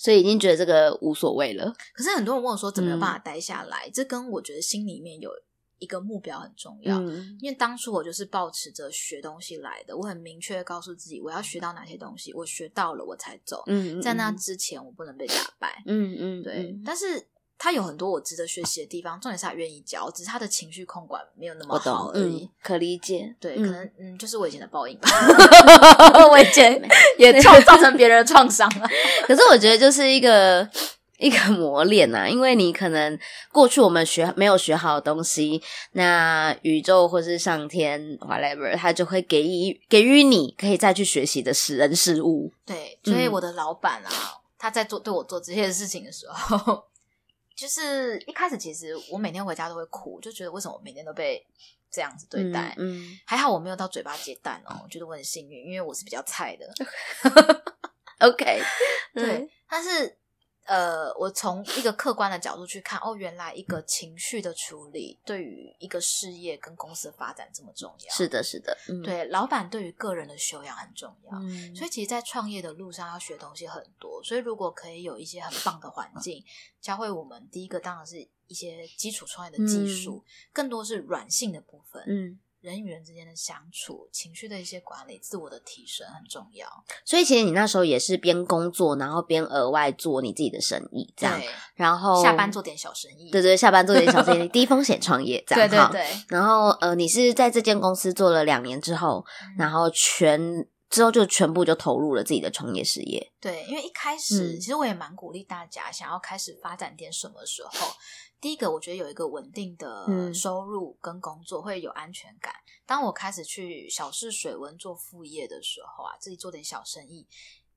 Speaker 1: 所以已经觉得这个无所谓了，
Speaker 2: 可是很多人问我说，怎么有
Speaker 1: 嗯
Speaker 2: 办法待下来？这跟我觉得心里面有一个目标很重要。
Speaker 1: 嗯
Speaker 2: 因为当初我就是抱持着学东西来的，我很明确地告诉自己我要学到哪些东西，我学到了我才走。
Speaker 1: 嗯，
Speaker 2: 在那
Speaker 1: 嗯
Speaker 2: 之前，我不能被打败。
Speaker 1: 嗯嗯，
Speaker 2: 对，
Speaker 1: 嗯
Speaker 2: 但是他有很多我值得学习的地方，重点是他愿意教，只是他的情绪控管没有那么
Speaker 1: 我懂
Speaker 2: 好，而已。
Speaker 1: 嗯，可理 解。
Speaker 2: 对，
Speaker 1: 嗯
Speaker 2: 可能嗯，就是我以前的报应吧，
Speaker 1: 我以前
Speaker 2: 也造造成别人的创伤了。
Speaker 1: 可是我觉得就是一个一个 磨练呐、因为你可能过去我们学没有学好的东西，那宇宙或是上天 whatever，它就会给予给予你可以再去学习的事人事物。
Speaker 2: 对，所以
Speaker 1: 嗯
Speaker 2: 我的老板啊，他在做对我做这些事情的时候， 就是一开始其实我每天回家都会哭，就觉得为什么我每天都被这样子对待。
Speaker 1: 嗯，
Speaker 2: 还好我没有到嘴巴接蛋哦，我觉得我很幸运，因为我是比较菜 的。
Speaker 1: 嗯 OK， 嗯
Speaker 2: 对，，但是呃，我从一个客观的角度去看，哦，原来一个情绪的处理对于一个事业跟公司的发展这么重要。
Speaker 1: 是的，是的，嗯，
Speaker 2: 对，老板对于个人的修养很重要。
Speaker 1: 嗯，
Speaker 2: 所以，其实，在创业的路上要学东西很多。所以，如果可以有一些很棒的环境，教会我们，第一个当然是一些基础创业的技术，更多是软性的部分，
Speaker 1: 嗯，
Speaker 2: 人与人之间的相处、情绪的一些管理、自我的提升很重要。
Speaker 1: 所以其实你那时候也是边工作，然后边额外做你自己的生意，这样，
Speaker 2: 对，
Speaker 1: 然后
Speaker 2: 下班做点小生意，
Speaker 1: 对对，下班做点小生意，低风险创业，这样
Speaker 2: 对对
Speaker 1: 哈
Speaker 2: 对，
Speaker 1: 然后呃，你是在这间公司做了两年之后，然
Speaker 2: 后
Speaker 1: 后全之后就全部就投入了自己的创业事业。
Speaker 2: 对，因为一开始、
Speaker 1: 嗯
Speaker 2: 其实我也蛮鼓励大家想要开始发展点什么时候。第一个，我觉得有一个稳定的
Speaker 1: 嗯
Speaker 2: 收入跟工作会有安全感。当我开始去小试水温做副业的时候啊，自己做点小生意，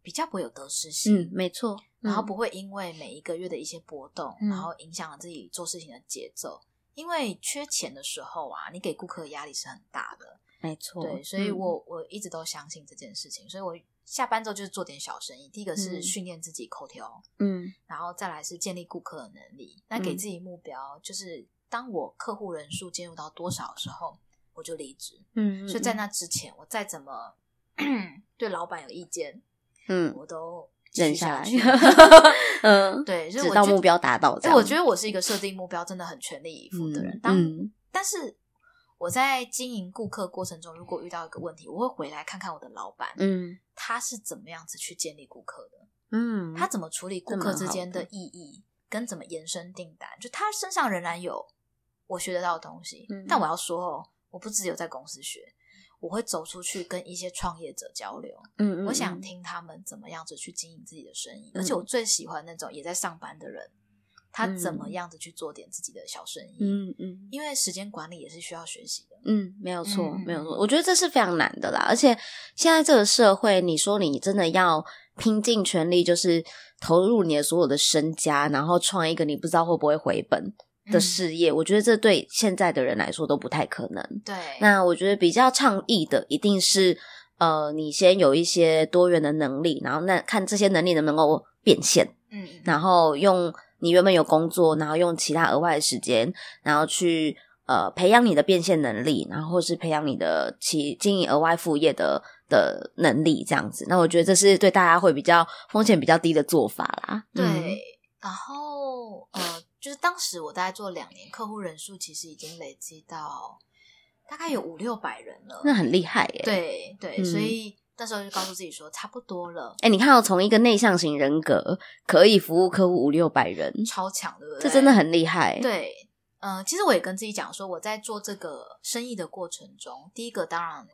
Speaker 2: 比较不会有得失心，
Speaker 1: 嗯，没错。
Speaker 2: 然后不会因为每一个月的一些波动，
Speaker 1: 嗯
Speaker 2: 然后影响了自己做事情的节奏。因为缺钱的时候啊，你给顾客的压力是很大的。
Speaker 1: 没错。
Speaker 2: 对，所以
Speaker 1: 嗯
Speaker 2: 我、我一直都相信这件事情，所以我下班之后就是做点小生意。第一个是
Speaker 1: 嗯
Speaker 2: 训练自己口条，
Speaker 1: 嗯
Speaker 2: 然后再来是建立顾客的能力。那给
Speaker 1: 嗯
Speaker 2: 自己目标就是，当我客户人数进入到多少的时候，我就离职。
Speaker 1: 嗯，
Speaker 2: 所以在那之前，我再怎么 对老板有意见，
Speaker 1: 嗯
Speaker 2: 我都继续
Speaker 1: 忍下来
Speaker 2: 去。
Speaker 1: 嗯，
Speaker 2: 对，所以
Speaker 1: 直
Speaker 2: 我
Speaker 1: 到
Speaker 2: 觉得
Speaker 1: 目标达到这
Speaker 2: 哎，
Speaker 1: 样。
Speaker 2: 我觉得我是一个设定目标真的很全力以赴的人。当
Speaker 1: 嗯
Speaker 2: 但是我在经营顾客过程中，如果遇到一个问题，我会回来看看我的老板，
Speaker 1: 嗯
Speaker 2: 他是怎么样子去建立顾客的，
Speaker 1: 嗯，
Speaker 2: 他怎么处理顾
Speaker 1: 这
Speaker 2: 客
Speaker 1: 蛮
Speaker 2: 之
Speaker 1: 好
Speaker 2: 间的
Speaker 1: 的
Speaker 2: 意义，跟怎么延伸订单，就他身上仍然有我学得到的东西。
Speaker 1: 嗯
Speaker 2: 但我要说哦，我不只有在公司学，我会走出去跟一些创业者交流，
Speaker 1: 嗯，嗯
Speaker 2: 我想
Speaker 1: 嗯
Speaker 2: 听他们怎么样子去经营自己的生意，
Speaker 1: 嗯
Speaker 2: 而且我最喜欢那种也在上班的人，他怎么样子去做点自己的小生意。
Speaker 1: 嗯嗯。
Speaker 2: 因为时间管理也是需要学习的。
Speaker 1: 嗯，没有错，
Speaker 2: 嗯嗯
Speaker 1: 没有错。
Speaker 2: 嗯
Speaker 1: 我觉得这是非常难的啦，而且现在这个社会，你说你真的要拼尽全力，就是投入你的所有的身家，然后创一个你不知道会不会回本
Speaker 2: 嗯
Speaker 1: 的事业，我觉得这对现在的人来说都不太可能。
Speaker 2: 嗯对，
Speaker 1: 那我觉得比较倡议的一定是，呃，你先有一些多元的能力，然后那看这些能力能不能够变现，
Speaker 2: 嗯，
Speaker 1: 然后用你原本有工作，然后用其他额外的时间，然后去呃培养你的变现能力，然后或是培养你的其经营额外副业的的能力，这样子。那我觉得这是对大家会比较风险比较低的做法啦。嗯
Speaker 2: 对，然后呃，就是当时我大概做两年，客户人数其实已经累积到大概有五六百人了
Speaker 1: 嗯，。那很厉害耶、
Speaker 2: 对对，
Speaker 1: 嗯
Speaker 2: 所以那时候就告诉自己说，差不多了，
Speaker 1: 哎、你看到、从一个内向型人格可以服务客户五六百人，
Speaker 2: 超强，对不对？
Speaker 1: 这真的很厉害。
Speaker 2: 对。呃，其实我也跟自己讲说，我在做这个生意的过程中，第一个当然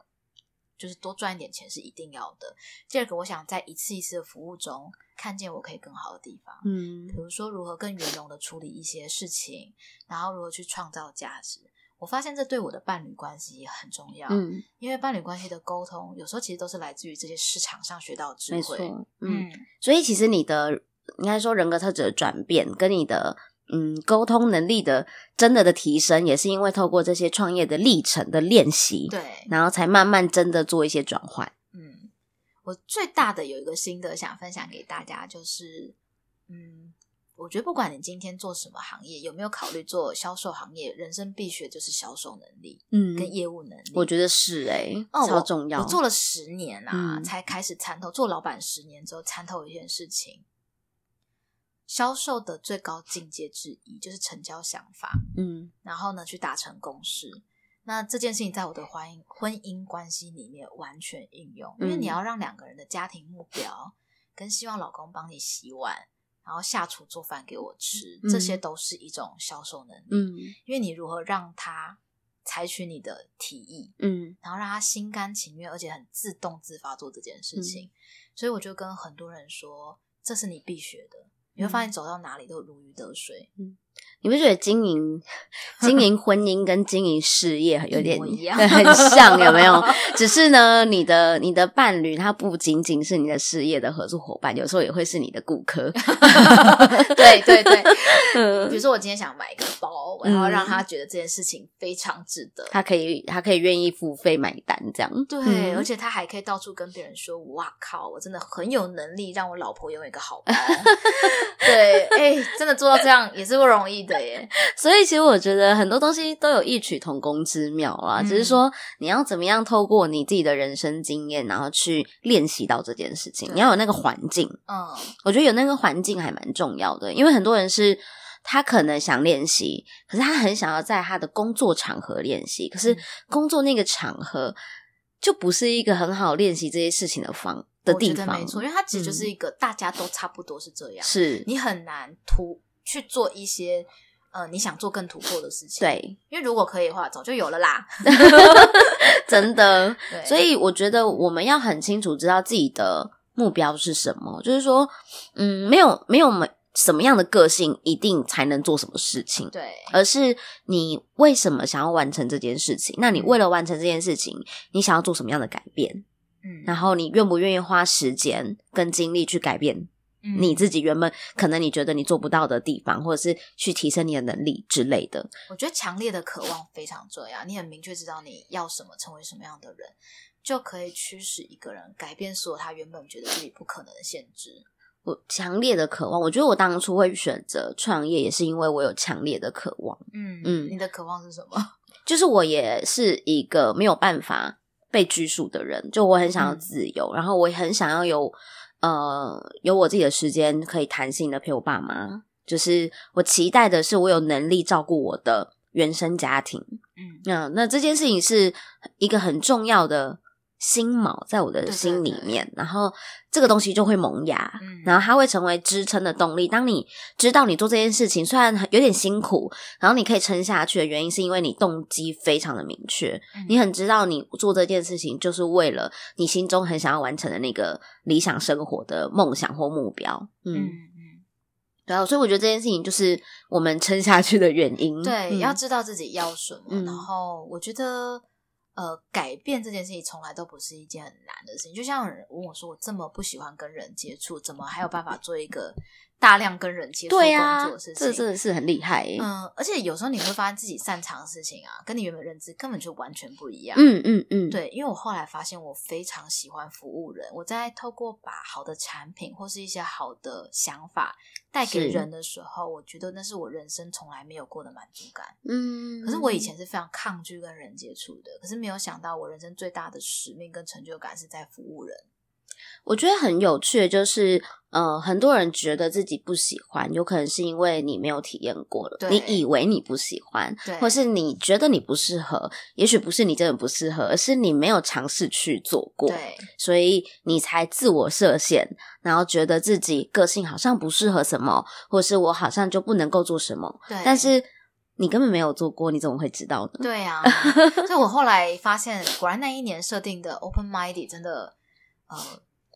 Speaker 2: 就是多赚一点钱是一定要的。第二个，我想在一次一次的服务中，看见我可以更好的地方。
Speaker 1: 嗯
Speaker 2: 比如说如何更圆融的处理一些事情，然后如何去创造价值。我发现这对我的伴侣关系也很重要，
Speaker 1: 嗯，
Speaker 2: 因为伴侣关系的沟通有时候其实都是来自于这些市场上学到的智
Speaker 1: 没
Speaker 2: 慧
Speaker 1: 错。，嗯，所以其实你的应该说人格特质的转变，跟你的嗯沟通能力的真的的提升，也是因为透过这些创业的历程的练习，
Speaker 2: 对，
Speaker 1: 然后才慢慢真的做一些转换。
Speaker 2: 嗯，我最大的有一个心得想分享给大家，就是，嗯，我觉得不管你今天做什么行业，有没有考虑做销售行业，人生必学就是销售能力
Speaker 1: 嗯
Speaker 2: 跟业务能力。
Speaker 1: 我觉得是诶、
Speaker 2: 哦，
Speaker 1: 超
Speaker 2: 我
Speaker 1: 重要。
Speaker 2: 我做了十年啊，
Speaker 1: 嗯
Speaker 2: 才开始参透。做老板十年之后，参透一件事情：销售的最高境界之一就是成交想法，
Speaker 1: 嗯
Speaker 2: 然后呢去达成共识。那这件事情在我的婚姻婚姻关系里面完全应用，因为
Speaker 1: 嗯
Speaker 2: 你要让两个人的家庭目标跟希望老公帮你洗碗，然后下厨做饭给我吃，
Speaker 1: 嗯
Speaker 2: 这些都是一种销售能力。
Speaker 1: 嗯
Speaker 2: 因为你如何让他采取你的提议，
Speaker 1: 嗯
Speaker 2: 然后让他心甘情愿，而且很自动自发做这件
Speaker 1: 嗯
Speaker 2: 事情。所以我就跟很多人说，这是你必学的。你会
Speaker 1: 嗯
Speaker 2: 发现走到哪里都如鱼得水，
Speaker 1: 你不觉得经营、 经营婚姻跟经营事业有点
Speaker 2: 一模一 样
Speaker 1: 很像，有没有？只是呢，你的你的伴侣他不仅仅是你的事业的合作伙伴，有时候也会是你的顾 客。
Speaker 2: 对对对。比
Speaker 1: 嗯，
Speaker 2: 如说，我今天想买一个包，我要让他觉得这件事情非常值得。
Speaker 1: 他可以他可以愿意付费买单，这样
Speaker 2: 对，
Speaker 1: 嗯
Speaker 2: 而且他还可以到处跟别人说：“哇靠，我真的很有能力，让我老婆拥有一个好包。” 对，哎、真的做到这样也是不容易的耶。
Speaker 1: 所以其实我觉得很多东西都有异曲同工之妙啦，
Speaker 2: 嗯
Speaker 1: 只是说你要怎么样透过你自己的人生经验，然后去练习到这件事情，
Speaker 2: 对
Speaker 1: 你要有那个环境。
Speaker 2: 嗯
Speaker 1: 我觉得有那个环境还蛮重要的，因为很多人是他可能想练习，可是他很想要在他的工作场合练习，可是
Speaker 2: 嗯
Speaker 1: 工作那个场合就不是一个很好练习这些事情的方的地
Speaker 2: 我觉得
Speaker 1: 方嗯
Speaker 2: 没，错，因为它其实就是一个大家都差不多是这样，
Speaker 1: 是
Speaker 2: 你很难突去做一些呃你想做更突破的事情。，
Speaker 1: 对，
Speaker 2: 因为如果可以的话，早就有了啦。
Speaker 1: 真的。
Speaker 2: 对，
Speaker 1: 所以我觉得我们要很清楚知道自己的目标是什么，就是说，嗯，没有没有没什么样的个性一定才能做什么事情，
Speaker 2: 对，
Speaker 1: 而是你为什么想要完成这件事情？那你为了完成这件事情，你想要做什么样的改变？
Speaker 2: 嗯，
Speaker 1: 然后你愿不愿意花时间跟精力去改变
Speaker 2: 嗯
Speaker 1: 你自己原本可能你觉得你做不到的地方，或者是去提升你的能力之类的？
Speaker 2: 我觉得强烈的渴望非常重要，你很明确知道你要什么，成为什么样的人，就可以驱使一个人改变所有他原本觉得自己不可能的限制。
Speaker 1: 我强烈的渴望，我觉得我当初会选择创业，也是因为我有强烈的渴望，
Speaker 2: 嗯
Speaker 1: 嗯
Speaker 2: 你的渴望是什么？
Speaker 1: 就是我也是一个没有办法被拘束的人，就我很想要
Speaker 2: 嗯
Speaker 1: 自由，然后我也很想要有呃有我自己的时间，可以弹性的陪我爸妈。就是我期待的是，我有能力照顾我的原生家庭。
Speaker 2: 嗯，
Speaker 1: 那那这件事情是一个很重要的心锚在我的
Speaker 2: 对
Speaker 1: 心里
Speaker 2: 对对
Speaker 1: 面，然后这个东西就会萌芽，
Speaker 2: 嗯
Speaker 1: 然后它会成为支撑的动力。当你知道你做这件事情虽然很有点辛苦，然后你可以撑下去的原因是因为你动机非常的明确，
Speaker 2: 嗯
Speaker 1: 你很知道你做这件事情就是为了你心中很想要完成的那个理想生活的梦想或目标。
Speaker 2: 嗯
Speaker 1: 嗯，
Speaker 2: 嗯
Speaker 1: 对啊，所以我觉得这件事情就是我们撑下去的原因。
Speaker 2: 对，
Speaker 1: 嗯
Speaker 2: 要知道自己要什么。
Speaker 1: 嗯
Speaker 2: 然后我觉得，呃，改变这件事情从来都不是一件很难的事情。就像有人问我说，我这么不喜欢跟人接触，怎么还有办法做一个大量跟人接触
Speaker 1: 对
Speaker 2: 工
Speaker 1: 啊
Speaker 2: 作的事，情？
Speaker 1: 这真的是很厉害耶、
Speaker 2: 嗯，而且有时候你会发现自己擅长的事情啊，跟你原本认知根本就完全不一样。，
Speaker 1: 嗯嗯嗯，
Speaker 2: 对，因为我后来发现我非常喜欢服务人，我在透过把好的产品或是一些好的想法带给
Speaker 1: 是
Speaker 2: 人的时候，我觉得那是我人生从来没有过的满足感。
Speaker 1: 嗯。
Speaker 2: 可是我以前是非常抗拒跟人接触的，可是没有想到我人生最大的使命跟成就感是在服务人。
Speaker 1: 我觉得很有趣的就是，呃，很多人觉得自己不喜欢，有可能是因为你没有体验过了，
Speaker 2: 对
Speaker 1: 你以为你不喜欢，
Speaker 2: 对，
Speaker 1: 或是你觉得你不适合，也许不是你真的不适合，而是你没有尝试去做过，
Speaker 2: 对
Speaker 1: 所以你才自我设限，然后觉得自己个性好像不适合什么，或是我好像就不能够做什么，
Speaker 2: 对，
Speaker 1: 但是你根本没有做过，你怎么会知道呢？
Speaker 2: 对 啊，所以我后来发现，果然那一年设定的 open minded 真的，呃，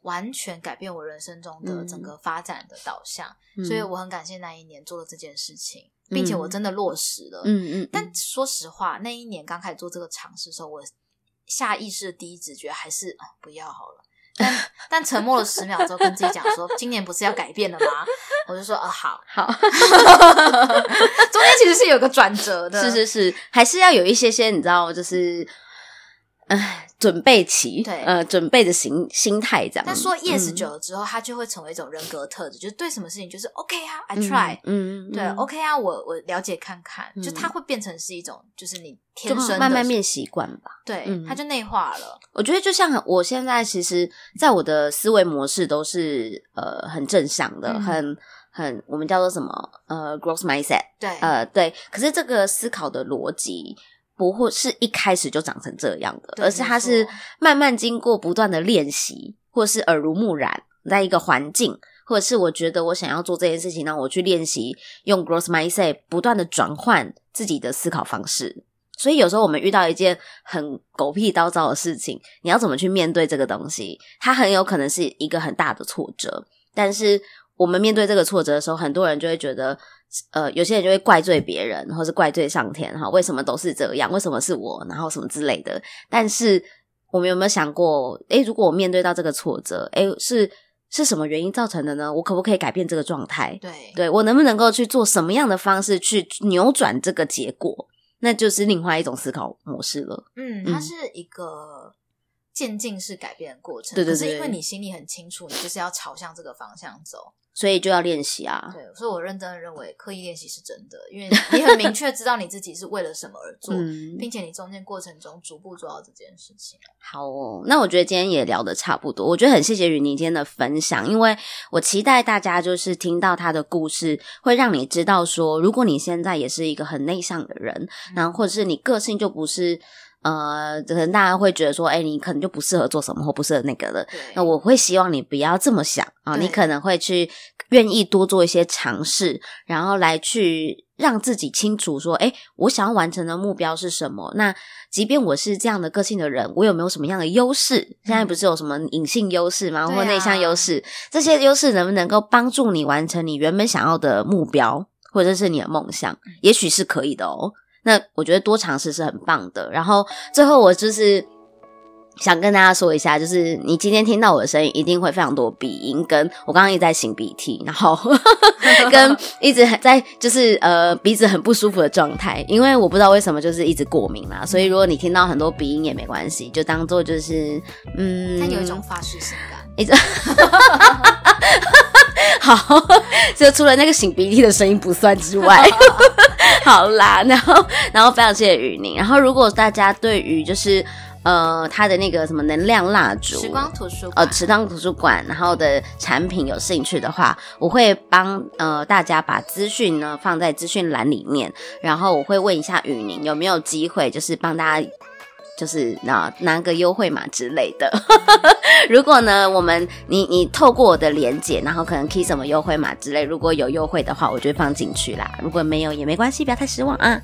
Speaker 2: 完全改变我人生中的
Speaker 1: 嗯
Speaker 2: 整个发展的导向。
Speaker 1: 嗯
Speaker 2: 所以我很感谢那一年做了这件事情，并且我真的落实了。
Speaker 1: 嗯嗯，
Speaker 2: 但说实话，那一年刚开始做这个尝试的时候，我下意识的第一直觉还是、啊不要好了。但 但沉默了十秒之后，跟自己讲说：“今年不是要改变了吗？”我就说：“啊，好。
Speaker 1: 好。”
Speaker 2: 中间其实是有个转折的，
Speaker 1: 是是是，还是要有一些些你知道，就是，唉，准备期，
Speaker 2: 对
Speaker 1: 呃，准备的心心态这样。
Speaker 2: 但说 yes
Speaker 1: 嗯
Speaker 2: 久了之后，他就会成为一种人格特质，就是对什么事情就是 OK 啊，I try，、
Speaker 1: 嗯，嗯
Speaker 2: 对、
Speaker 1: 嗯
Speaker 2: OK 啊，我我了解看看，
Speaker 1: 嗯
Speaker 2: 就它会变成是一种，就是你天
Speaker 1: 就
Speaker 2: 生的
Speaker 1: 慢慢变习惯吧。
Speaker 2: 对，
Speaker 1: 嗯
Speaker 2: 它就内化了，
Speaker 1: 我觉得就像我现在，其实在我的思维模式都是呃很正向的，
Speaker 2: 嗯
Speaker 1: 很很我们叫做什么呃 growth mindset，
Speaker 2: 对，
Speaker 1: 呃，对。可是这个思考的逻辑不会是一开始就长成这样的，
Speaker 2: 对
Speaker 1: 而是它是
Speaker 2: 没错
Speaker 1: 慢慢经过不断的练习，或是耳濡目染，在一个环境或者是我觉得我想要做这件事情，让我去练习用 growth mindset 不断的转换自己的思考方式。所以有时候我们遇到一件很狗屁叨糟的事情，你要怎么去面对这个东西？它很有可能是一个很大的挫折，但是我们面对这个挫折的时候，很多人就会觉得，呃，有些人就会怪罪别人，或是怪罪上天，哈，为什么都是这样？为什么是我？然后什么之类的。但是我们有没有想过，诶，如果我面对到这个挫折，诶，是是什么原因造成的呢？我可不可以改变这个状态？
Speaker 2: 对
Speaker 1: 对我能不能够去做什么样的方式去扭转这个结果？那就是另外一种思考模式了。
Speaker 2: 嗯，
Speaker 1: 嗯
Speaker 2: 它是一个渐进式改变的过程。
Speaker 1: 对对
Speaker 2: 可是
Speaker 1: 对
Speaker 2: 因为你心里很清楚，你就是要朝向这个方向走。
Speaker 1: 所以就要练习啊。
Speaker 2: 对，所以我认真的认为刻意练习是真的， 因为你很明确知道你自己是为了什么而做，
Speaker 1: 嗯，
Speaker 2: 并且你中间过程中逐步做到这件事情。啊嗯
Speaker 1: 好哦。那我觉得今天也聊的差不多，我觉得很谢谢雨宁今天的分享，因为我期待大家就是听到她的故事，会让你知道说，如果你现在也是一个很内向的人，
Speaker 2: 嗯
Speaker 1: 然后或者是你个性就不是。呃，可能大家会觉得说，哎、你可能就不适合做什么，或不适合那个了。
Speaker 2: 对，
Speaker 1: 那我会希望你不要这么想啊，
Speaker 2: 对
Speaker 1: 你可能会去愿意多做一些尝试，然后来去让自己清楚说，哎，我想要完成的目标是什么？那即便我是这样的个性的人，我有没有什么样的优势？现在不是有什么隐性优势吗？
Speaker 2: 对啊
Speaker 1: 或内向优势？这些优势能不能够帮助你完成你原本想要的目标，或者是你的梦想？
Speaker 2: 嗯
Speaker 1: 也许是可以的哦。那我觉得多尝试是很棒的。然后最后我就是想跟大家说一下，就是你今天听到我的声音，一定会非常多鼻音，跟我刚刚一直在擤鼻涕，然 后 跟一直在就是呃鼻子很不舒服的状态，因为我不知道为什么就是一直过敏啦。所以如果你听到很多鼻音也没关系，就当做就是嗯，
Speaker 2: 但有一种法式性感，
Speaker 1: 好，就除了那个擤鼻涕的声音不算之 外，好啦，然后然后非常谢谢雨宁。然后如果大家对于就是呃他的那个什么能量蜡烛
Speaker 2: 时光图书馆
Speaker 1: 呃，池塘图书馆，然后的产品有兴趣的话，我会帮呃大家把资讯呢放在资讯栏里面，然后我会问一下雨宁有没有机会，就是帮大家。就是拿拿个优惠码之类的。 如果呢，我们你你透过我的连接，然后可能 key 什么优惠码之类，如果有优惠的话，我就会放进去啦。如果没有也没关系，不要太失望啊。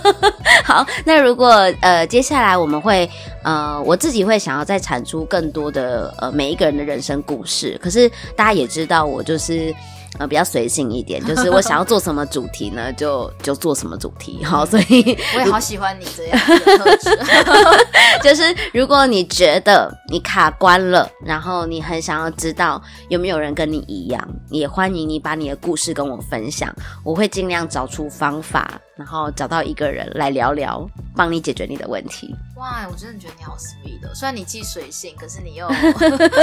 Speaker 1: 好，那如果呃接下来我们会呃，我自己会想要再产出更多的呃每一个人的人生故事。可是大家也知道，我就是呃比较随性一点， 就是我想要做什么主题呢，就就做什么主题。 好，所以
Speaker 2: 我也好喜欢你这样的特质。
Speaker 1: 就是如果你觉得你卡关了，然后你很想要知道有没有人跟你一样，也欢迎你把你的故事跟我分享，我会尽量找出方法，然后找到一个人来聊聊，帮你解决你的问题。
Speaker 2: 哇，我真的觉得你好 sweet 哦！虽然你既随性，可是你又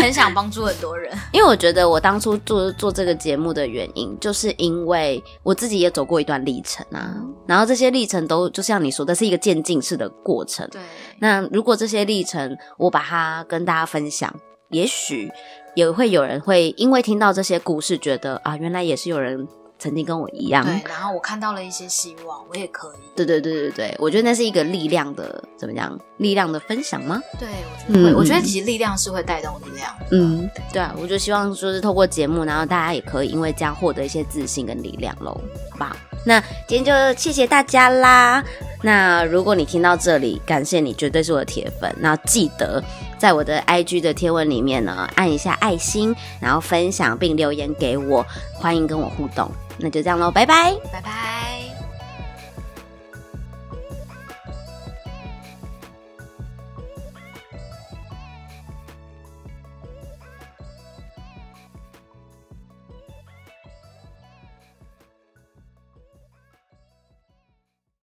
Speaker 2: 很想帮助很多人。
Speaker 1: 因为我觉得我当初做做这个节目的原因，就是因为我自己也走过一段历程啊，然后这些历程都就像你说的，是一个渐进式的过程。
Speaker 2: 对，
Speaker 1: 那如果这些历程我把它跟大家分享，也许也会有人会因为听到这些故事，觉得啊，原来也是有人曾经跟我一样。
Speaker 2: 对，然后我看到了一些希望，我也可以。
Speaker 1: 对对对对对，我觉得那是一个力量的，怎么讲？力量的分享吗？
Speaker 2: 对，我觉得会，
Speaker 1: 嗯
Speaker 2: 我觉得其实力量是会带动力量的。
Speaker 1: 嗯，对啊，我就希望说是透过节目，然后大家也可以因为这样获得一些自信跟力量喽，好不好？那今天就谢谢大家啦。那如果你听到这里，感谢你，绝对是我的铁粉。那记得在我的 IG 的贴文里面呢，按一下爱心，然后分享并留言给我，欢迎跟我互动。那就这样喽，拜拜。
Speaker 2: 拜拜。